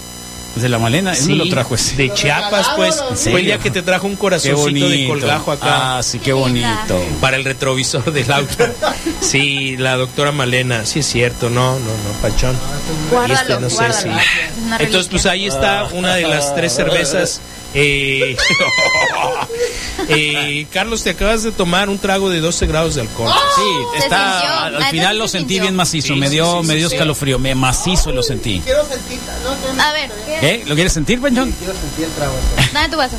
¿De la Malena? ¿Dónde Sí, lo trajo ese? De Chiapas, pues. serio? Fue el día que te trajo un Qué corazoncito bonito. de colgajo acá. Ah, sí, qué bonito. Para el retrovisor del [LAUGHS] auto. Sí, la doctora Malena. Sí, es cierto. No, no, no, Pachón. Guárdalo, no sé guárdalo. si- Es una Entonces, pues reliquia. ahí está una de las tres cervezas. Eh, [LAUGHS] eh, Carlos, te acabas de tomar un trago de 12 grados de alcohol. ¡Ah! Sí, Se sintió, está, al, al la final neta lo se sentí sintió. bien macizo, Sí, me sí, dio, sí, me sí, dio sí. escalofrío, me macizo lo sentí. Quiero sentir, no, pues, no, no, A ver, ¿qué? ¿Eh? ¿Lo quieres sentir, Panchón? quiero sentir el trago. Eh. Dame tu vaso.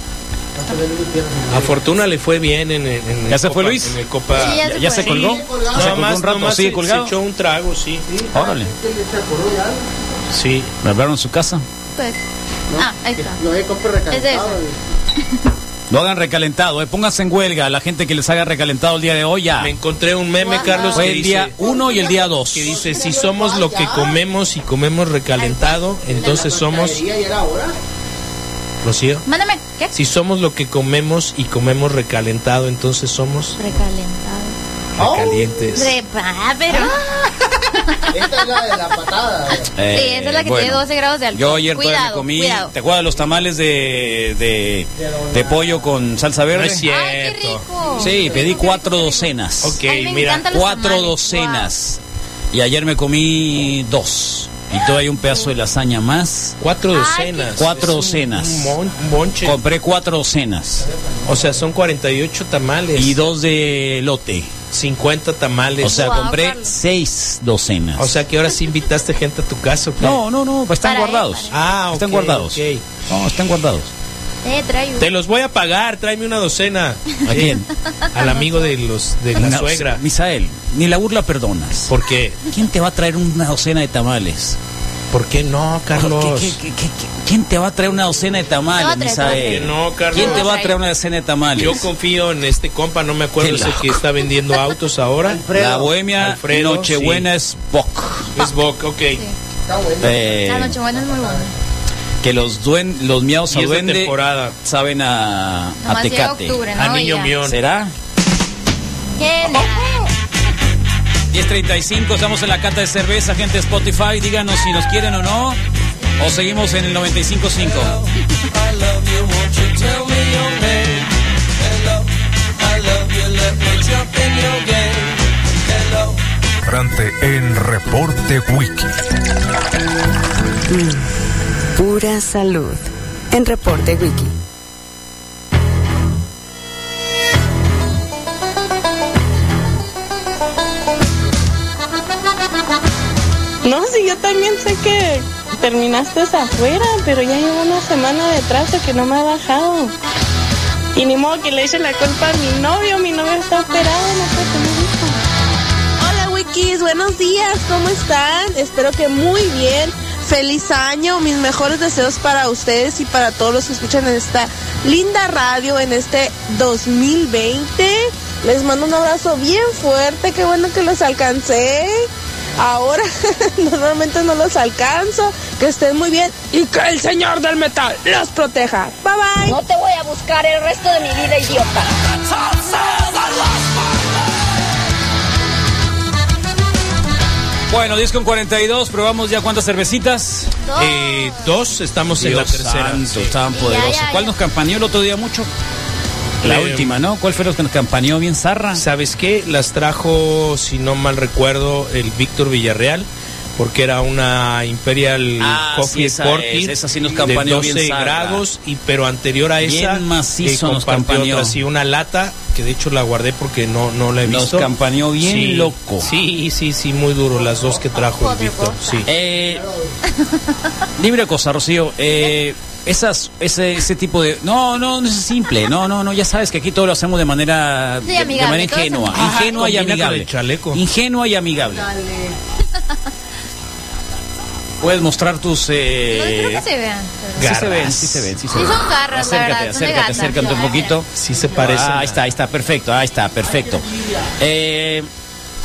No se ve ni pierna. Ah, A Fortuna le fue bien en, el- en el ¿Ya se fue Copa- Luis? en el Copa- Sí, ya ¿Ya, se ya fue. se colgó? Sí, ¿Se Nada colgó más, un rato? nomás ¿Sigue se- colgado? Se echó un trago, sí. Ah, Órale. Se acordó ya. Sí. ¿Me hablaron en su casa? Pues. Ah, ahí está. Lo he comprado Es de recalentado. eso. Lo hagan recalentado, eh. pónganse en huelga a la gente que les haga recalentado el día de hoy ya. Me encontré un meme, Carlos, Fue que el dice, Ah. día 1 y el día 2. que dice, si somos lo que comemos y comemos recalentado, entonces somos... Y ayer ahora. Rocío. Mándame. ¿Qué? Si somos lo que comemos y comemos recalentado, entonces somos Recalentado. recalientes. Repa, pero. Esta es la de la patada. eh. Eh, Sí, esa es la que tiene 12 grados de alcohol. Yo ayer todavía Cuidado, me comí, cuidado. ¿te acuerdas de los tamales de, de, de pollo con salsa verde? No es cierto. Ay, qué rico. Sí, pedí cuatro docenas. Ok, Ay, me mira, encantan los Cuatro tamales. docenas. Y ayer me comí dos. Y todavía hay un pedazo de lasaña más. Cuatro Ay, docenas. qué- Cuatro Es un- docenas. Un, mon- un bonche. Compré cuatro docenas O sea, son 48 tamales. y dos de lote. 50 tamales. O sea, Wow, compré Carlos. seis docenas. O sea, que ahora sí invitaste gente a tu casa. ¿o qué? no, no, no, pues están Para él, guardados. Ah, ok, Están guardados. ok. No, están guardados. Te traigo. Te los voy a pagar, tráeme una docena. ¿A quién? Al amigo de los de la Una suegra. docena. Misael, ni la burla perdonas. ¿Por qué? ¿Quién te va a traer una docena de tamales? ¿Por qué no, Carlos? ¿Qué- qué- qué- qué- qué- quién te va a traer una docena de Te va tamales, a traer, Misael? te va a traer. No, Carlos. ¿Quién te va a traer una docena de tamales? Yo confío en este compa, no me acuerdo, Qué sé loco. que está vendiendo autos ahora. la bohemia Alfredo, Nochebuena es Bock. Es Bock, ok. Está bueno. Eh, La nochebuena es muy buena. que los duen, los miados Y a es de duende temporada. saben a, a Nomás llega Ah, Tecate. octubre, ¿no? A niño Ya. mío. ¿Será? Genial. 10.35, estamos en la cata de cerveza, gente de Spotify, díganos si nos quieren o no, o seguimos en el I 95.5. love you, won't you tell me your name? Hello, I love you, let me jump in your game. Hello, Entrante en Reporte Wiki. Pura salud. En Reporte Wiki. No, sí, yo también sé que terminaste afuera, pero ya llevo una semana de trazo que no me ha bajado. Y ni modo que le eche la culpa a mi novio, mi novio está operado, no puede tener hijo. Hola Wikis, buenos días, ¿cómo están? Espero que muy bien. Feliz año, mis mejores deseos para ustedes y para todos los que escuchan esta linda radio en este 2020. Les mando un abrazo bien fuerte, qué bueno que los alcancé. Ahora [LAUGHS] normalmente no los alcanzo. Que estén muy bien y que el señor del metal los proteja. Bye bye. No te voy a buscar el resto de mi vida, idiota. Bueno, 10 con 42, probamos ya cuántas cervecitas. Eh, dos, estamos en la Dios tercera. santo, Sí. tan poderoso. ya, ya. ¿Cuál nos campaneó el otro día mucho? La Eh, última, ¿no? ¿Cuál fue los que nos campaneó bien zarra? ¿Sabes qué? Las trajo, si no mal recuerdo, el Víctor Villarreal, porque era una Imperial Ah, sí, Coffee esa Porter es, esa sí nos de campaneó 12 bien zarra. grados, y pero anterior a Bien esa, macizo eh, nos compartió campaneó. otra, sí, una lata, que de hecho la guardé porque no, no la he Nos visto. campaneó bien Sí, loco. Sí, sí, sí, muy duro, las dos que trajo el Víctor, sí. Eh, dime una cosa, Rocío. eh, esas, ese, ese tipo de. No, no, no es simple. No, no, no. Ya sabes que aquí todo lo hacemos de manera. Sí, de- de, amigable, manera todo es ingenua. amigable. ingenua y Ajá, combina con amigable. el chaleco. Ingenua y amigable. Dale. [LAUGHS] Puedes mostrar tus. eh, No creo que se vean. pero- Sí se ven, Garras. sí se ven, sí se Sí, ven. son garras, la acércate, verdad, son de acércate, gata. acércate un Ya, poquito. Sí se parece. Ah, ahí está, ahí está, perfecto, ahí está, perfecto. Eh,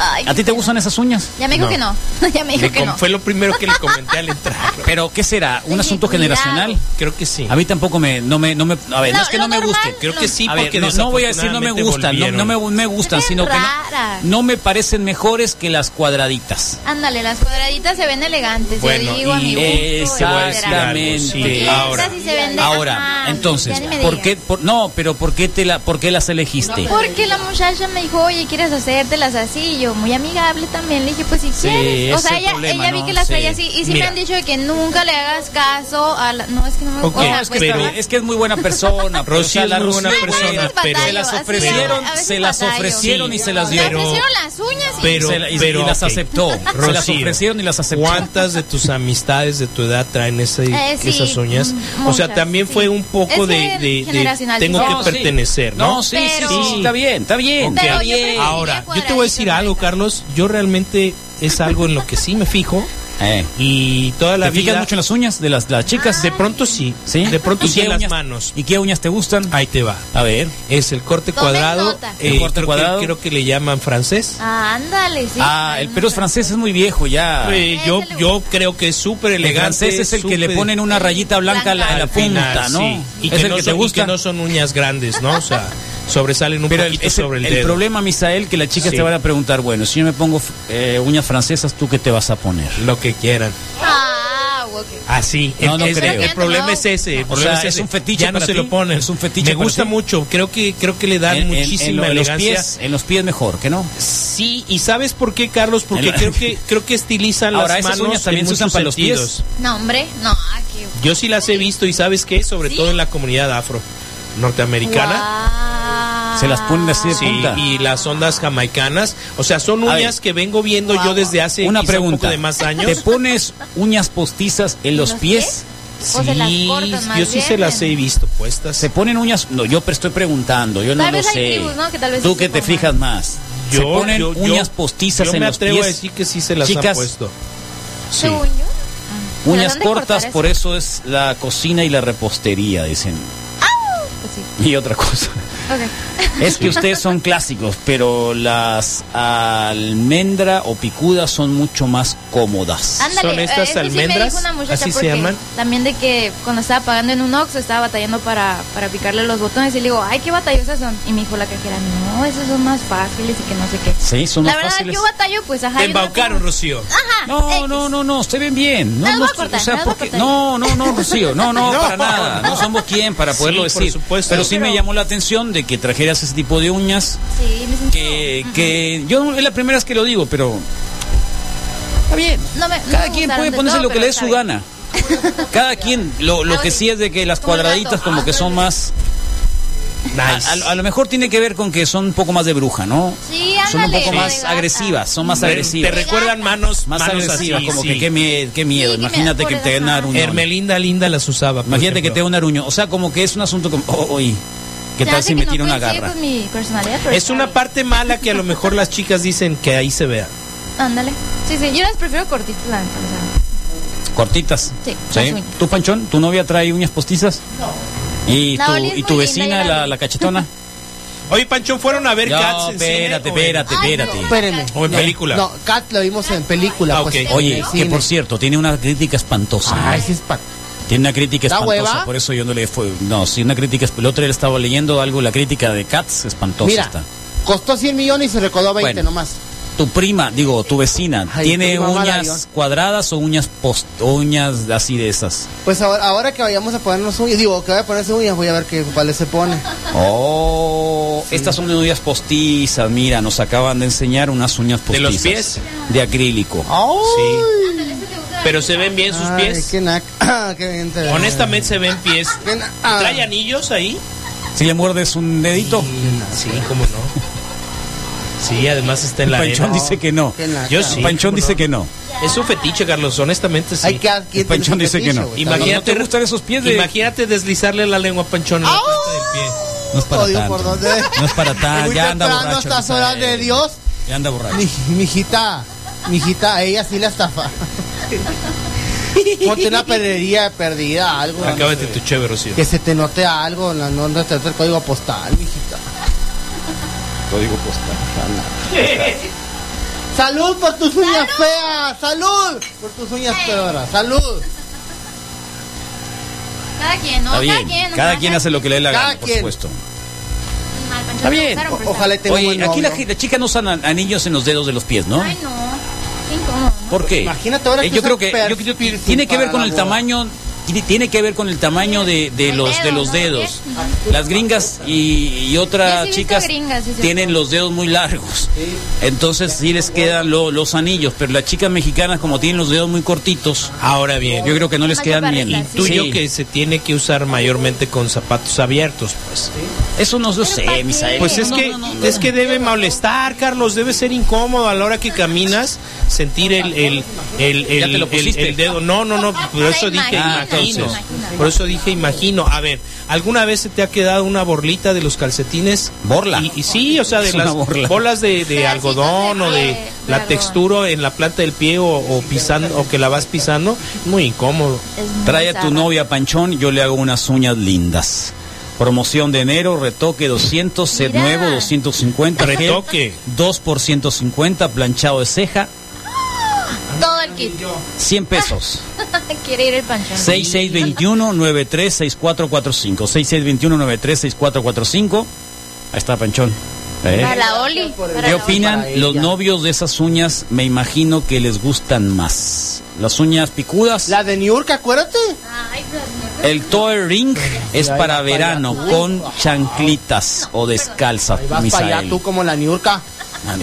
Ay, ¿A ti te gustan esas uñas? Ya me dijo No. que no. [LAUGHS] ya me Le dijo que com- no. Fue lo primero que le comenté [LAUGHS] al entrar. Pero ¿qué será? ¿Un Oye, asunto cuidado. generacional? Creo que sí. A mí tampoco me, no me, no me, a ver, no, No, es que lo no me normal, guste. Creo que sí, A ver, porque no, no voy a decir no me desafortunadamente gustan, no, no me, volvieron. me gustan, Se ven sino que no, raras. no me parecen mejores que las cuadraditas. Ándale, las cuadraditas se ven elegantes. Bueno, yo digo a y mi gusto. te voy a decir algo, sí, Porque Exactamente. esas ahora. sí se ven de- Ahora, ajá, entonces, ya ni me ¿por qué? digas. pues, por- no, pero ¿por qué te la, por qué las elegiste? Porque la muchacha me dijo, oye, ¿quieres hacértelas así? Y yo, muy amigable también, le dije, pues si Sí, quieres. O ese sea, ella, problema, ella vi ¿no? que las Sí. traía así. Y sí Mira. me han dicho de que nunca le hagas caso a la... No, es que no me Ok, o sea, No, es que, pues, pero- está bien, Eh, es que es muy buena persona. pero, Rocío o sea, es la muy Rocío buena es buena persona, pero- se las Así es, ofrecieron, a veces se las batallo. ofrecieron y se las Me dieron. ofrecieron las uñas y... Pero- Se la- y, pero, y las ok. aceptó. se las Rocío, ofrecieron y las aceptó. ¿Cuántas de tus amistades de tu edad traen ese- Eh, sí, esas uñas? mm, o sea, muchas, también sí. fue un poco Es de, que de- de generacional, tengo sí. No, que sí. pertenecer, ¿no? No, sí, sí, Pero- sí, sí, está bien, está bien. Ok. Pero yo preferiría Ahora, yo te voy a decir cuadradito, algo, la Carlos. Yo realmente es algo en lo que sí me fijo Eh, y toda la ¿Te fijas vida. mucho en las uñas de las, de las chicas? De pronto sí, ¿Sí? de pronto ¿Y sí qué en las uñas- manos. ¿Y qué uñas te gustan? Ahí te va. A ver. Es el corte Tomen cuadrado. eh, nota. El corte creo que- cuadrado. creo que le llaman francés. Ah, ándale, sí. ah, el pelo es francés es muy viejo ya. Eh, Ah, Ese yo, le yo creo que es súper El elegante. francés es el que le súper- ponen una rayita blanca a la, a la al punta, final, ¿no? sí. Y es que el no que te son, y gusta. que no son uñas grandes, ¿no? O sea, sobresalen un Pero el, poquito es el- sobre el, el dedo. problema, Misael, que las chicas Sí. te van a preguntar, bueno, si yo me pongo eh, uñas francesas, ¿tú qué te vas a poner? Lo que quieran. Ah, ok. Así. No, el- no es- creo. El problema es ese. el O problema sea, ese. es un fetiche Ya no para se ti, lo ponen. es un fetiche Me para gusta ti. mucho. Creo que, creo que le dan En- en- en muchísima lo- en los elegancia. pies, en los pies mejor, ¿que no? Sí, y ¿sabes por qué, Carlos? Porque En lo- creo que creo que estilizan Ahora, las esas manos uñas también en se usan muchos para los pies. sentidos. No, hombre, no, ah, qué... Yo sí las he visto y ¿sabes qué? Sobre ¿Sí? todo en la comunidad afro norteamericana. Guau. Se las ponen así de Sí, punta. y las ondas jamaicanas. O sea, son A uñas ver. que vengo viendo yo desde hace Una quizá pregunta. un poco de más años. ¿Te pones uñas postizas en los ¿Los pies? ¿O se las cortan más yo sí se bien? las he visto puestas. ¿Se ponen uñas? No, yo pre- estoy preguntando, yo no Tal lo vez hay sé. tribus, ¿no? Que tal vez Tú sí que se te pongan. fijas más. ¿Se ponen uñas postizas yo en me los atrevo pies? a decir que sí se las Chicas, han puesto. Sí. Según yo. Ah. Uñas ¿Dónde cortar cortas, eso? por eso es la cocina y la repostería, dicen. Pues sí. [LAUGHS] Y [LAUGHS] otra cosa. Ok. Es que ustedes son clásicos, pero las almendra o picudas son mucho más cómodas. Ándale, eh, eso sí me dijo una muchacha porque También de que cuando estaba pagando en un Ox estaba batallando para, para picarle los botones y le digo, ay, qué batallosas son. Y me dijo la cajera, no, esas son más fáciles y que no sé qué. Sí, son la más verdad, fáciles. yo batallo, pues ajá. Te yo no- embaucaron, Rocío. Ajá. No, no, no, no, usted ven bien. No, Me las no, voy a estoy- cortar, o sea, me las voy a porque- cortar. no, no, no, Rocío, no, [LAUGHS] no, No. para nada. No somos quien para poderlo Sí, por decir. supuesto. Pero sí me Pero- llamó la atención de que trajeras ese tipo de uñas. Sí, me sentí. Que, que yo es la primera vez que lo digo, pero Está bien. mm. No me, cada quien puede ponerse lo que le dé su gana. gana. Cada quien, lo, lo que sí es de que las cuadraditas como que son más... A, a- a lo mejor tiene que ver con que son un poco más de bruja, ¿no? Sí, son un ándale. poco más agresivas, son más agresivas. Te recuerdan manos más manos agresivas, así, como sí. que qué, mie- qué miedo. Imagínate que te den una aruñón. Hermelinda Linda las usaba. por Imagínate que ejemplo. te den un aruñón. O sea, como que es un asunto como, oh, oye, ¿qué Se tal hace que si me no pues, tira una coincide garra? con mi personalidad, pero Es está una bien. parte mala que a lo mejor las chicas dicen que ahí se vea. Ándale. Sí, sí, yo las prefiero cortitas, la neta, o sea, Cortitas. Sí, las ¿Sí? uñas. ¿Tú, Panchón, tu novia trae uñas postizas? No. ¿Y La tu, Oli es y tu muy linda, vecina, yo la la, vi. la cachetona? Oye, Panchón, ¿fueron a ver No, Cats en cine espérate, o en- espérate, espérate. Espérenme. O en No, película. No, Cat lo vimos en película. Ah, pues, ok. en Oye, el que cine. por cierto, tiene una crítica espantosa. Ay, sí es pa- Tiene una crítica ¿Da espantosa, hueva? por eso yo no le fue. No, sí, una crítica. esp- El otro día estaba leyendo algo, la crítica de Cats espantosa Mira, está. costó 100 millones y se recaudó 20 Bueno. nomás. Tu prima, digo, tu vecina, Ay, ¿tiene prima uñas maravillón. cuadradas o uñas post, o uñas así de esas? Pues ahora, ahora que vayamos a ponernos uñas, digo, que vaya a ponerse uñas, voy a ver qué cuáles se pone. Oh, estas son uñas postizas, mira, nos acaban de enseñar unas uñas ¿De postizas. los pies? De acrílico. Sí. Pero se ven bien sus Ay, pies. qué naca, [COUGHS] qué bien te- Honestamente se ven pies. Qué na- ah. ¿Trae anillos ahí? Si le muerdes un dedito, Sí, cómo no. Sí, además está en la Panchón arena. dice que no. Qué naca. Yo sí. Panchón ¿cómo dice no? que no. Es un fetiche, Carlos, honestamente sí. Hay que este aquí El Panchón dice que no. ¿No Imagínate, te gustan esos pies de- imagínate deslizarle la lengua a Panchón en la punta del pie. No es para Odio tanto. por dónde. No es para tanto. [LAUGHS] Muy Ya anda temprano borracho. a estas horas de Rafael. Dios. Ya anda borracho. Mi, mijita, mijita, a ella sí la estafa. Ponte una perdería perdida, algo. ¿no? Acábate tu chévere, Rocío. Que se te note algo, no, no, no te note el código postal, mijita. Código postal. [LAUGHS] ¡Salud por tus uñas feas! ¡Salud! Por tus uñas peoras, ¡salud! Cada quien, ¿no? Está Cada bien. quien. Cada quien hace lo que le dé la Cada gana, por quien. supuesto. Está bien. O- ojalá y tenga un Oye, buen aquí la, novio. gente- las chicas no usan an- anillos en los dedos de los pies, ¿no? Ay, no. Qué incómodo, ¿no? ¿Por qué? Eh, Imagínate ahora que yo usa creo que yo- yo- piercing tiene que ver para con la el boda. tamaño tiene, tiene que ver con el tamaño de, de El los de dedo, los ¿no? dedos. Ah. Las gringas y, y Yo sí he otras visto chicas gringas, sí, sí. tienen los dedos muy largos. Entonces sí les quedan lo- los anillos, pero las chicas mexicanas como tienen los dedos muy cortitos, Ahora bien, yo creo que no les Más quedan bien. chaparritas, sí. tú y yo Sí. que se tiene que usar mayormente con zapatos abiertos, pues. Eso no lo ¿para sé, qué? Misael. Pues es No, que no, no, no. es que debe molestar, Carlos, debe ser incómodo a la hora que caminas sentir el el el, el- Ya te lo el- pusiste. el dedo. No, no, Ah, no, por eso Te dije imaginas, imagino. te imaginas. Por eso dije imagino. A ver, ¿alguna vez se te ha quedado una borlita de los calcetines? Borla. Y, y sí, o sea, de Es una las borla. bolas de, de Pedacitos algodón de- o de de la algodón. textura en la planta del pie o, o pisando o que la vas pisando, muy incómodo. Es muy Trae a tu bizarro. novia Panchón, yo le hago unas uñas lindas. Promoción de enero, retoque 200, set Mira. nuevo 250, gel Retoque. 2 por 150, planchado de ceja, Todo el kit. [LAUGHS] 100 pesos. Ah, Quiere ir el panchón. 6621-936445. 6621-936445. Ahí está Panchón. ¿Eh? Para la Oli. para ¿Qué la opinan para los ella. novios de esas uñas? Me imagino que les gustan más. Las uñas picudas. La de New York, acuérdate. Oli. Ay, Dios mío. El toe ring es para verano con chanclitas o descalzas, Ahí vas para allá Misael. tú como la New York.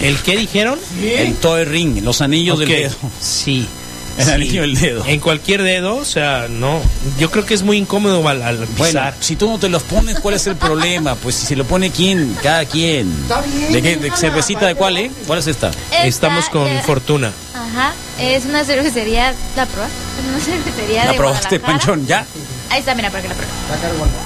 El, ¿El qué dijeron? el toe ring, los anillos Ok, del dedo. Eh, Sí. El sí. anillo del dedo. En cualquier dedo, o sea, no. Yo creo que es muy incómodo al, al Bueno, pisar. si tú no te los pones, ¿cuál es el problema? Pues si se lo pone quién, cada quien. Está bien, ¿De qué de cervecita de cuál, eh? ¿Cuál es esta? Esta, Estamos con eh, fortuna. Ajá. Es una cervecería. ¿La probaste? Es una cervecería La de probaste, Guadalajara. Panchón, ya. Ahí está, mira, para que la pruebes.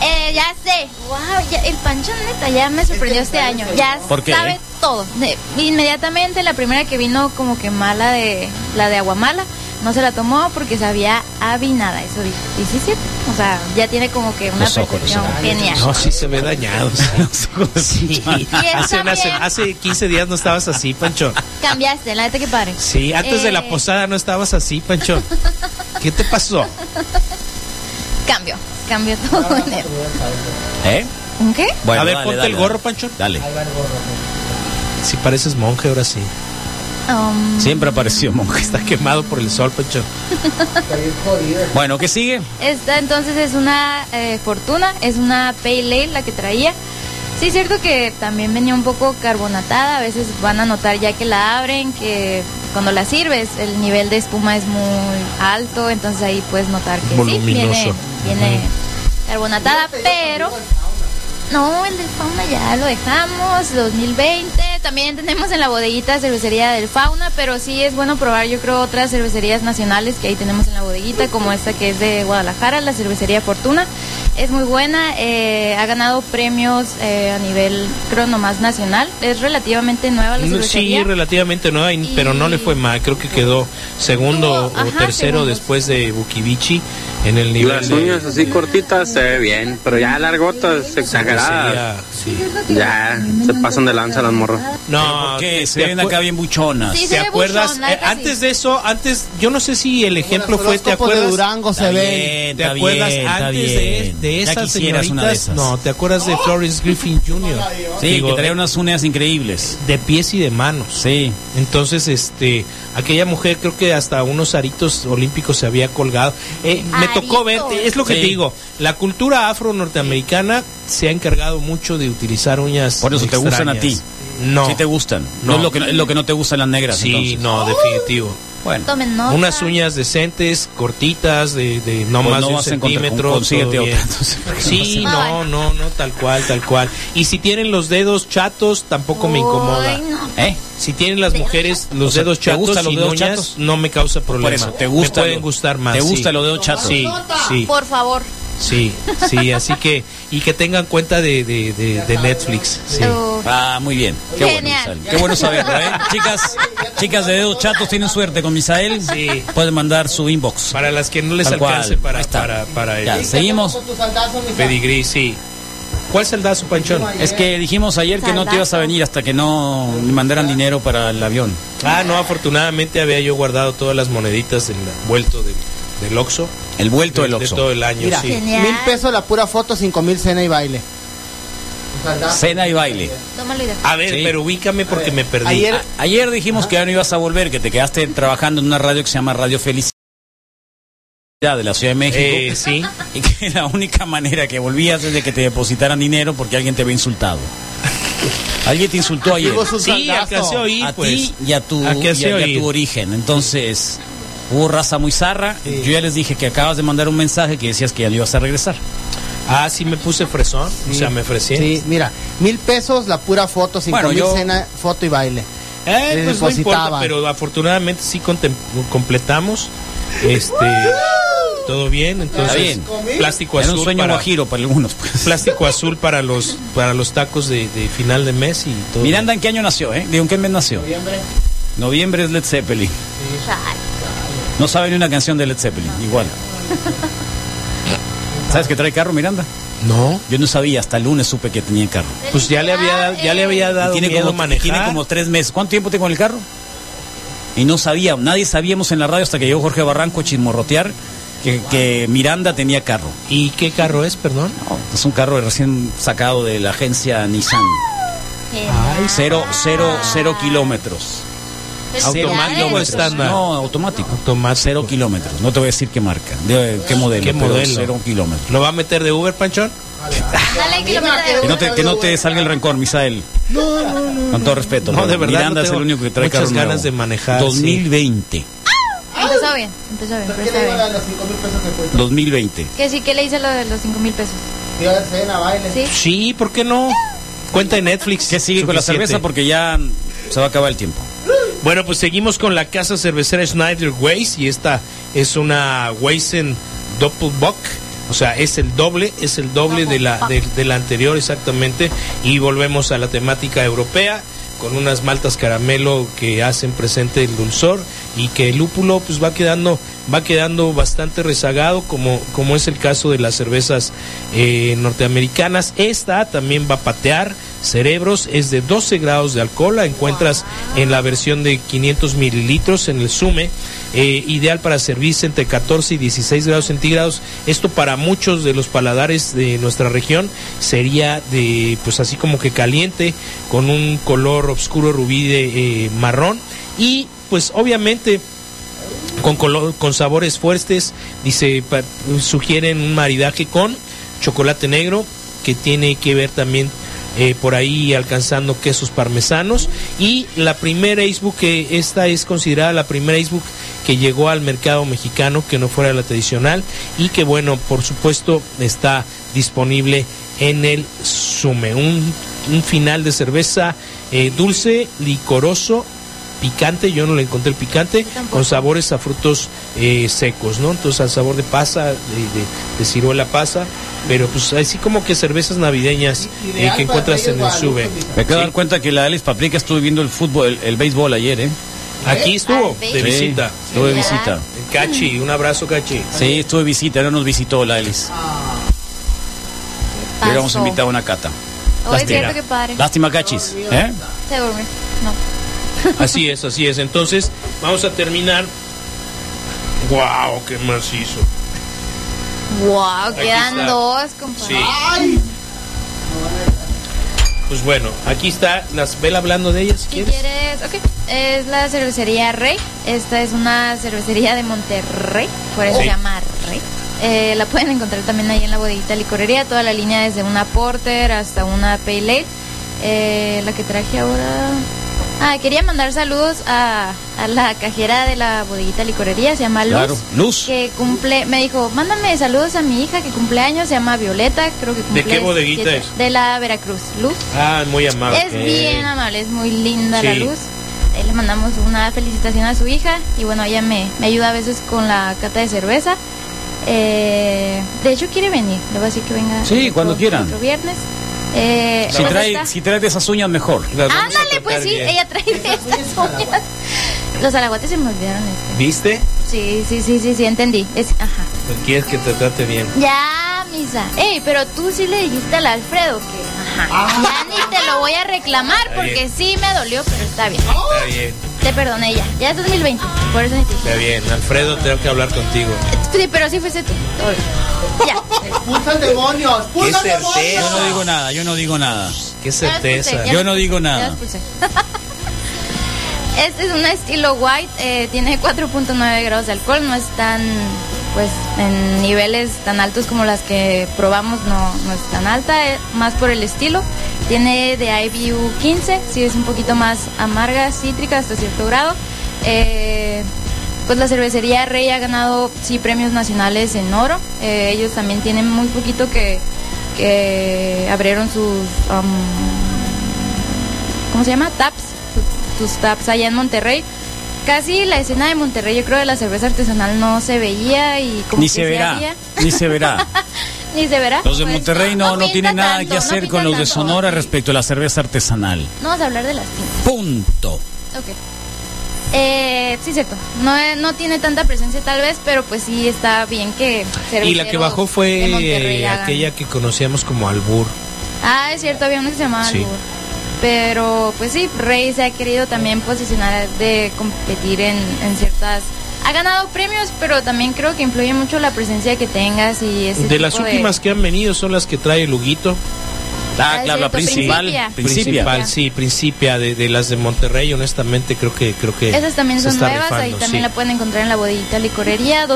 Eh, ya sé. Wow, ya- el panchón neta ya me sorprendió este año. Ya ¿Por qué? sabe todo. De- inmediatamente la primera que vino como que mala de la de Aguamala, No se la tomó porque sabía a vinada, eso dijo. Y sí, es cierto. O sea, ya tiene como que una Los ojos, percepción los ojos. genial. No, sí se ve dañado. [LAUGHS] sí. Sí. está Hace, una se- bien. hace 15 días no estabas así, Pancho. Cambiaste, la neta que padre. Sí, antes de Eh, la posada no estabas así, Pancho. ¿Qué te pasó? Cambio, cambio todo en él. ¿Eh? ¿Un qué? a ver, ponte el gorro, Pancho. Dale. Si pareces monje ahora sí. Um, Siempre ha parecido monje. Está quemado por el sol, Pancho. Bueno, ¿qué sigue? Esta entonces es una eh, fortuna, es una pale ale la que traía. Sí, es cierto que también venía un poco carbonatada, a veces van a notar ya que la abren, que cuando la sirves el nivel de espuma es muy alto, entonces ahí puedes notar que sí, viene, Voluminoso. viene carbonatada, pero... No, el del fauna ya lo dejamos, 2020. También tenemos en la bodeguita cervecería del fauna, pero sí es bueno probar, yo creo, otras cervecerías nacionales que ahí tenemos en la bodeguita, como esta que es de Guadalajara, la cervecería Fortuna. Es muy buena, eh, ha ganado premios eh, a nivel, creo, nomás nacional. Es relativamente nueva la No, cervecería. Sí, relativamente nueva, y- pero no le fue mal. Creo que quedó segundo Tuvo- ajá, o tercero segundo. después de Bukivichi en el nivel Las de- uñas así cortitas se ve bien, pero ya largotas, exageradas. Ya, se pasan de lanza las morras. No, que se ven acá bien buchonas. Sí, se ¿Te ve acuerdas? buchón, la Eh, neta antes de eso, antes, yo no sé si el ejemplo los fue, ¿te horóscopos de acuerdas? Durango se Está ven. bien, ¿Te está acuerdas bien, está antes de, este, bien. de Ya esas quisieras señoritas? una de esas. No, ¿te acuerdas de Florence Griffin Jr.? Sí, que traía unas uñas increíbles. de pies y de manos. Sí. Entonces, este, aquella mujer creo que hasta unos aritos olímpicos se había colgado. Eh, me tocó ver, es lo que Sí. te digo, la cultura afro norteamericana se ha encargado mucho de utilizar uñas. Por eso te gustan a ti. extrañas. No. Sí te gustan. No, No. es lo que no, es lo que no te gustan las negras. Sí, entonces. no, definitivo. Bueno. Tomen nota. Unas uñas decentes, cortitas, de, de no Pues más no de un vas a encontrar, centímetro. con- consíguete todo otra, bien. entonces, porque Sí, no vas a no, no, no, tal cual, tal cual. Y si tienen los dedos chatos, tampoco me incomoda. Ay, no. ¿Eh? Si tienen las mujeres los O sea, dedos ¿te chatos gustan los y dedos uñas, chatos? no me causa problema. Por eso, ¿te gusta Me pueden lo- gustar más. ¿Te sí. gusta los dedos chatos? Sí, sí, Por favor. sí, sí. Así que, y que tengan cuenta de, de, de, de Netflix. Sí. Oh, Ah, muy bien. Qué Genial. bueno, Misael. Qué bueno saberlo, [LAUGHS] ¿eh? chicas, chicas de dedos chatos tienen suerte con Misael. Sí. Pueden mandar su inbox. Para las que no les Tal cual. alcance para, Ahí está. para, para el Ya, seguimos. Con tus saldazos, mi pedigrí, sí. ¿Cuál saldazo, Panchón? Es que dijimos ayer que no te ibas a venir hasta que no me mandaran dinero para el avión. Ah, no, afortunadamente había yo guardado todas las moneditas del vuelto del, del Oxxo. El vuelto del De- De Oxxo. todo el año, Mira, sí. Genial. mil pesos la pura foto, cinco mil cena y baile. Un saldazo. Cena y baile. tómalo y deja. A ver, Sí. pero ubícame porque me perdí. Ayer- A- Ayer dijimos que ya no ibas a volver, que te quedaste trabajando en una radio que se llama Radio Felicidad de la Ciudad de México. Eh, sí. Y que la única manera que volvías es de que te depositaran dinero porque alguien te había insultado. Alguien te insultó ayer. Llegó su Sí, saldazo. alcancé a oír, a pues. ti y a tu, ¿A qué y a- se y a oye? tu origen. Entonces, hubo raza muy zarra. Yo ya les dije que acabas de mandar un mensaje que decías que ya no ibas a regresar. Ah, sí me puse fresón. O sea, me ofrecí. Sí, mira, mil pesos la pura foto, cinco Bueno, mil yo- cena, foto y baile. Eh, Le pues no importa, depositaban. pero afortunadamente sí contem- completamos. Este, todo bien, entonces Está plástico Era azul un sueño Pues para guajiro para algunos. pues. plástico azul para los para los tacos de, de final de mes y todo. Miranda, ¿en qué año nació? Eh? Digo, ¿en qué mes nació? Noviembre. Noviembre es Led Zeppelin. No sabe ni una canción de Led Zeppelin, [LAUGHS] igual. ¿Sabes que trae carro, Miranda? No, Yo no sabía, hasta el lunes supe que tenía carro. pues ya le había dado- ya le había dado Y tiene miedo como, manejar. tiene como tres meses. ¿Cuánto tiempo tengo en el carro? Y no sabía, nadie sabíamos en la radio hasta que llegó Jorge Barranco a chismorrotear que, que Miranda tenía carro. ¿Y qué carro es, perdón? Es un carro recién sacado de la agencia Nissan. Cero, cero, cero kilómetros. ¿Automático o Felicidades. estándar? No, automático. Automático. Cero kilómetros. No te voy a decir qué marca, de- qué modelo, ¿Qué pero modelo? cero kilómetros. ¿Lo va a meter de Uber, Panchón? Dale que lo meta de Que no te, que no te salga el rencor, Misael. Con todo respeto. No, pero de verdad, Miranda no es el tengo único que trae muchas carro nuevo. ganas de manejar, 2020. Ah. Empezó bien, empezó bien, ¿Qué empezó le digo bien. a los cinco mil pesos que cuesta? 2020. Que sí, que le hice lo de los cinco mil pesos. Digo, cena, baile. Sí. Sí, ¿por qué no? Cuenta de Netflix. ¿Qué sigue con la suficiente. cerveza? Porque ya se va a acabar el tiempo. Bueno, pues seguimos con la casa cervecera Schneider Weiss y esta es una Weissen Doppelbock. O sea, es el doble, es el doble de la, de, de la anterior exactamente. Y volvemos a la temática europea con unas maltas caramelo que hacen presente el dulzor y que el lúpulo pues va quedando va quedando bastante rezagado como como es el caso de las cervezas eh, norteamericanas esta también va a patear cerebros es de 12 grados de alcohol la encuentras en la versión de 500 mililitros en el sume eh, ideal para servirse entre 14 y 16 grados centígrados esto para muchos de los paladares de nuestra región sería de pues así como que caliente con un color oscuro rubí de eh, marrón y pues obviamente con color, con sabores fuertes dice pa- sugieren un maridaje con chocolate negro que tiene que ver también eh, por ahí alcanzando quesos parmesanos y la primera Facebook que esta es considerada la primera Facebook que llegó al mercado mexicano que no fuera la tradicional y que bueno por supuesto está disponible en el Sume un, un final de cerveza eh, dulce licoroso picante, yo no le encontré el picante, con sabores a frutos eh, secos, ¿no? Entonces al sabor de pasa, de, de- de ciruela pasa, pero pues así como que cervezas navideñas eh, que encuentras en el sube. Me acabo de dar cuenta que la Alex Paprika estuvo viendo el fútbol, el, el béisbol ayer, ¿eh? Aquí estuvo, de Sí, visita. estuvo de visita. Cachi, un abrazo [LAUGHS] Cachi. Sí, estuvo de visita, ahora nos visitó la Alex. Le hubiéramos Pasó. invitado a una cata. Oh, es cierto que padre. Lástima, Cachis. ¿eh? Se duerme. No. Así es, así es. Entonces, vamos a terminar. ¡Wow! ¡Qué macizo! Wow, quedan está. dos, compadre. Sí. Pues bueno, aquí está. Las vela hablando de ellas. Si quieres, ok. Es la cervecería Rey. Esta es una cervecería de Monterrey, por eso Sí. se llama Rey. Eh, la pueden encontrar también ahí en la bodeguita licorería, toda la línea desde una Porter hasta una Pale Ale. Eh, la que traje ahora... Ah, quería mandar saludos a, a la cajera de la bodeguita licorería, se llama Luz. Claro, Luz. Que cumple, me dijo, mándame saludos a mi hija que cumple años, se llama Violeta, creo que cumple qué bodeguita siete- es? De la Veracruz, Luz. Ah, muy amable. Es bien amable, es muy linda la Sí. luz. Eh, le mandamos una felicitación a su hija y bueno, ella me, me ayuda a veces con la cata de cerveza. Eh, de hecho, quiere venir, le voy a decir que venga. Sí, otro- cuando quieran. Otro viernes. Eh, Si pues trae, está- si trae de esas uñas, mejor. Ándale, pues sí, ella trae de estas uñas. Los alaguates se me olvidaron este. ¿Viste? Sí, sí, sí, sí, sí, entendí. Es, ajá. Pues quieres que te trate bien. Ya, misa. Ey, pero tú sí le dijiste al Alfredo que. Ajá. Ya ni te lo voy a reclamar Está porque bien. sí me dolió, pero está bien. Está bien, Te perdoné ya. Ya es 2020. Por eso ni te dije. está bien. Alfredo, tengo que hablar contigo. Sí, pero sí fuiste tú. todo bien. Ya. ¡Expulsa al demonio! ¡Expulsa al Qué certeza. demonio! Yo no digo nada, yo no digo nada. Qué Ya las puse, ya Yo las no puse, digo ya nada. las puse. Este es un estilo white. eh, tiene 4.9 grados de alcohol. No es tan. Pues en niveles tan altos como las que probamos, no, no es tan alta. eh, más por el estilo. Tiene de IBU 15. Sí, es un poquito más amarga, cítrica hasta cierto grado. Eh, pues la cervecería Rey ha ganado sí premios nacionales en oro. Eh, ellos también tienen muy poquito que, que abrieron sus am, ¿cómo se llama? taps, tu- tus taps allá en Monterrey. Casi la escena de Monterrey, yo creo de la cerveza artesanal no se veía y como Ni que se hacía. verá, ni se verá. Ni se verá. Los de Pues, Monterrey no, no pinta tienen nada tanto, que no hacer pinta con los de tanto. Sonora respecto a la cerveza artesanal. No vamos a hablar de las pintas. Punto. Ok. Eh, sí, cierto. No, eh, no tiene tanta presencia tal vez, pero pues sí está bien que... Y la que cerveceros bajó de Monterrey fue eh, hagan. aquella que conocíamos como Albur. Ah, es cierto, había uno que se llamaba Sí. Albur. Pero pues sí, Rey se ha querido también posicionar de competir en, en ciertas... Ha ganado premios, pero también creo que influye mucho la presencia que tengas y ese De tipo las últimas que han venido son las que trae el Huguito. Ah, Ah, claro, la cierto, principal. Principia. Principal, sí, principia de, de las de Monterrey, honestamente creo que creo que Esas también Eh, se son está nuevas, ahí rifando, también la sí. pueden encontrar en la bodeguita licorería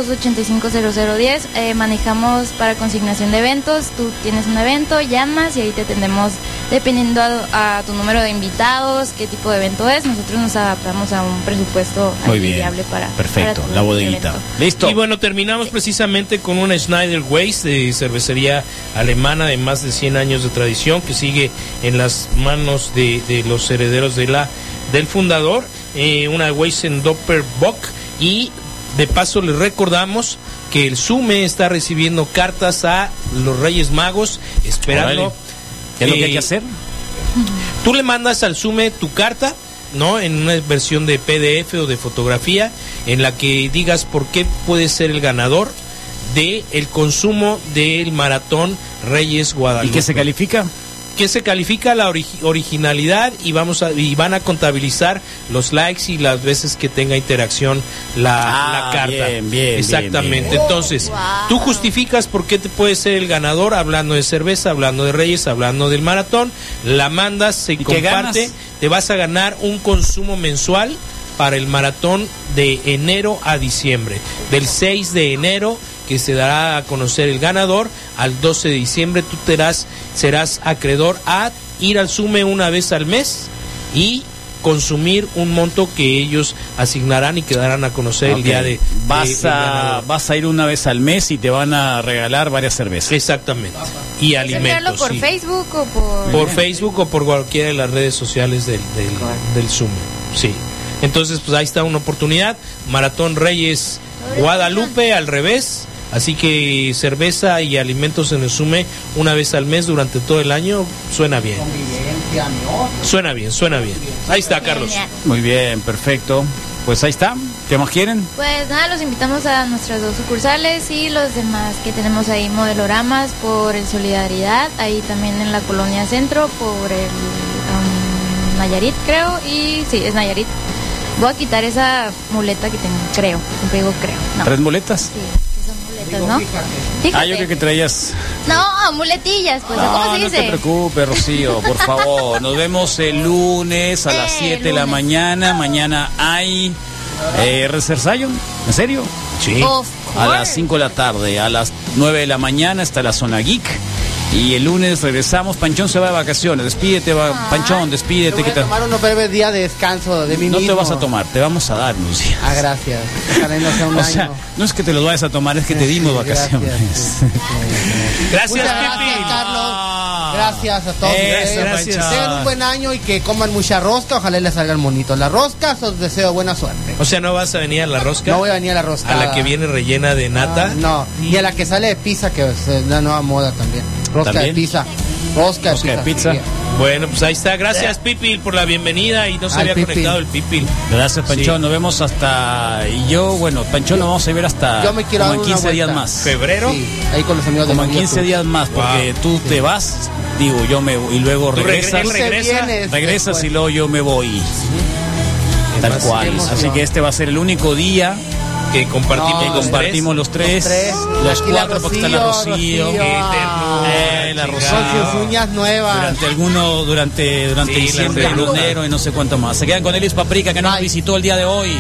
285-0010. Eh, manejamos para consignación de eventos, tú tienes un evento, llamas y ahí te atendemos dependiendo a, a tu número de invitados, qué tipo de evento es. Nosotros nos adaptamos a un presupuesto Muy bien. viable para, Perfecto, para tu la bodeguita. evento. Listo. Y bueno, terminamos precisamente con una Schneider Weiss de cervecería alemana de más de 100 años de tradición que sigue en las manos de, de los herederos de la del fundador, eh, una Weizen Doppler Bock y de paso les recordamos que el SUME está recibiendo cartas a los Reyes Magos esperando Eh, Órale. ¿Qué es lo que hay que hacer? Tú le mandas al SUME tu carta, ¿no? En una versión de PDF o de fotografía, en la que digas por qué puedes ser el ganador de el consumo del maratón Reyes Guadalupe. ¿Y qué se califica? que se califica la ori- originalidad y vamos a, y van a contabilizar los likes y las veces que tenga interacción la, Ah, la carta. bien, bien, bien, Exactamente. bien. Entonces, tú justificas por qué te puedes ser el ganador hablando de cerveza, hablando de Reyes, hablando del maratón, la mandas, se qué comparte, ganas? te vas a ganar un consumo mensual para el maratón de enero a diciembre, del 6 de enero que se dará a conocer el ganador al 12 de diciembre tú te darás- serás acreedor a ir al SUME una vez al mes y consumir un monto que ellos asignarán y que darán a conocer el Ok. día de, de- vas del a ganador. vas a ir una vez al mes y te van a regalar varias cervezas. Exactamente. Y ¿Enviarlo alimentos por sí. Facebook o por...? por Facebook o por cualquiera de las redes sociales del, del, del Zoom. Sí. Entonces, pues ahí está una oportunidad. Maratón Reyes Guadalupe al revés. Así que cerveza y alimentos en el Sume una vez al mes durante todo el año suena bien. Suena bien, suena bien. Ahí está, Carlos. Genial. Muy bien, perfecto. Pues ahí está. ¿Qué más quieren? Pues nada, los invitamos a nuestras dos sucursales y los demás que tenemos ahí, Modeloramas por el Solidaridad, ahí también en la Colonia Centro por el um, Nayarit, creo, y sí, es Nayarit. Voy a quitar esa muleta que tengo, creo, siempre digo creo, no, ¿Tres muletas? muletas, ¿no? Fíjate. Ah, yo creo que traías. No, muletillas, pues, ¿o ¿cómo No, se no dice? te preocupes, Rocío, por favor. Nos vemos el lunes a las 7 de la mañana. Mañana hay eh, Recersayo, ¿en serio? Sí. Oh. Of A las 5 de la tarde, a las 9 de la mañana está la zona geek. Y el lunes regresamos. Panchón se va de vacaciones. Despídete, va- Panchón, despídete. Voy ¿qué a tal? tomar unos breves días de descanso de mí No te mismo. vas a tomar, te vamos a dar unos días. Ah, gracias. Ojalá y no sea [LAUGHS] un O sea, año. no es que te los vayas a tomar, es que te dimos vacaciones. [LAUGHS] Muchas gracias, Carlos. Gracias a todos. Eso, ustedes. gracias. Tengan un buen año y que coman mucha rosca. Ojalá y les salgan bonitos. La rosca, os deseo buena suerte. O sea, no vas a venir a la rosca. No voy a venir a la rosca. A la que viene rellena de nata. Ah, No, y a la que sale de pizza, que es eh, una nueva moda también. Rosca ¿También? de pizza. Rosca, Rosca de de pizza. pizza. Bueno, pues ahí está. Gracias, Pipil, por la bienvenida. Y no se Al había Pipil. conectado el Pipil. Gracias, Panchón. Nos vemos hasta. Y yo, bueno, Panchón, nos vamos a ver hasta. Yo me quiero como dar en una 15 días vuelta. más. ¿Febrero? Sí, ahí con los amigos de Como en Mango 15 Tour. días más, porque tú te vas, digo, yo me voy, y luego Tú regre- regresas. él regresa. Tú te vienes regresas después. y luego yo me voy. Tal Además, qué cual. emoción. Así que este va a ser el único día. Que compartimos, que los compartimos los tres, los Aquí la cuatro, porque está la Rocío, Rocío, Rocío. eh, la Con Rocío. sus uñas nuevas. Durante alguno, durante, durante Sí, diciembre, las de en enero y no sé cuánto más. Se quedan con Elis Paprika que nos visitó el día de hoy.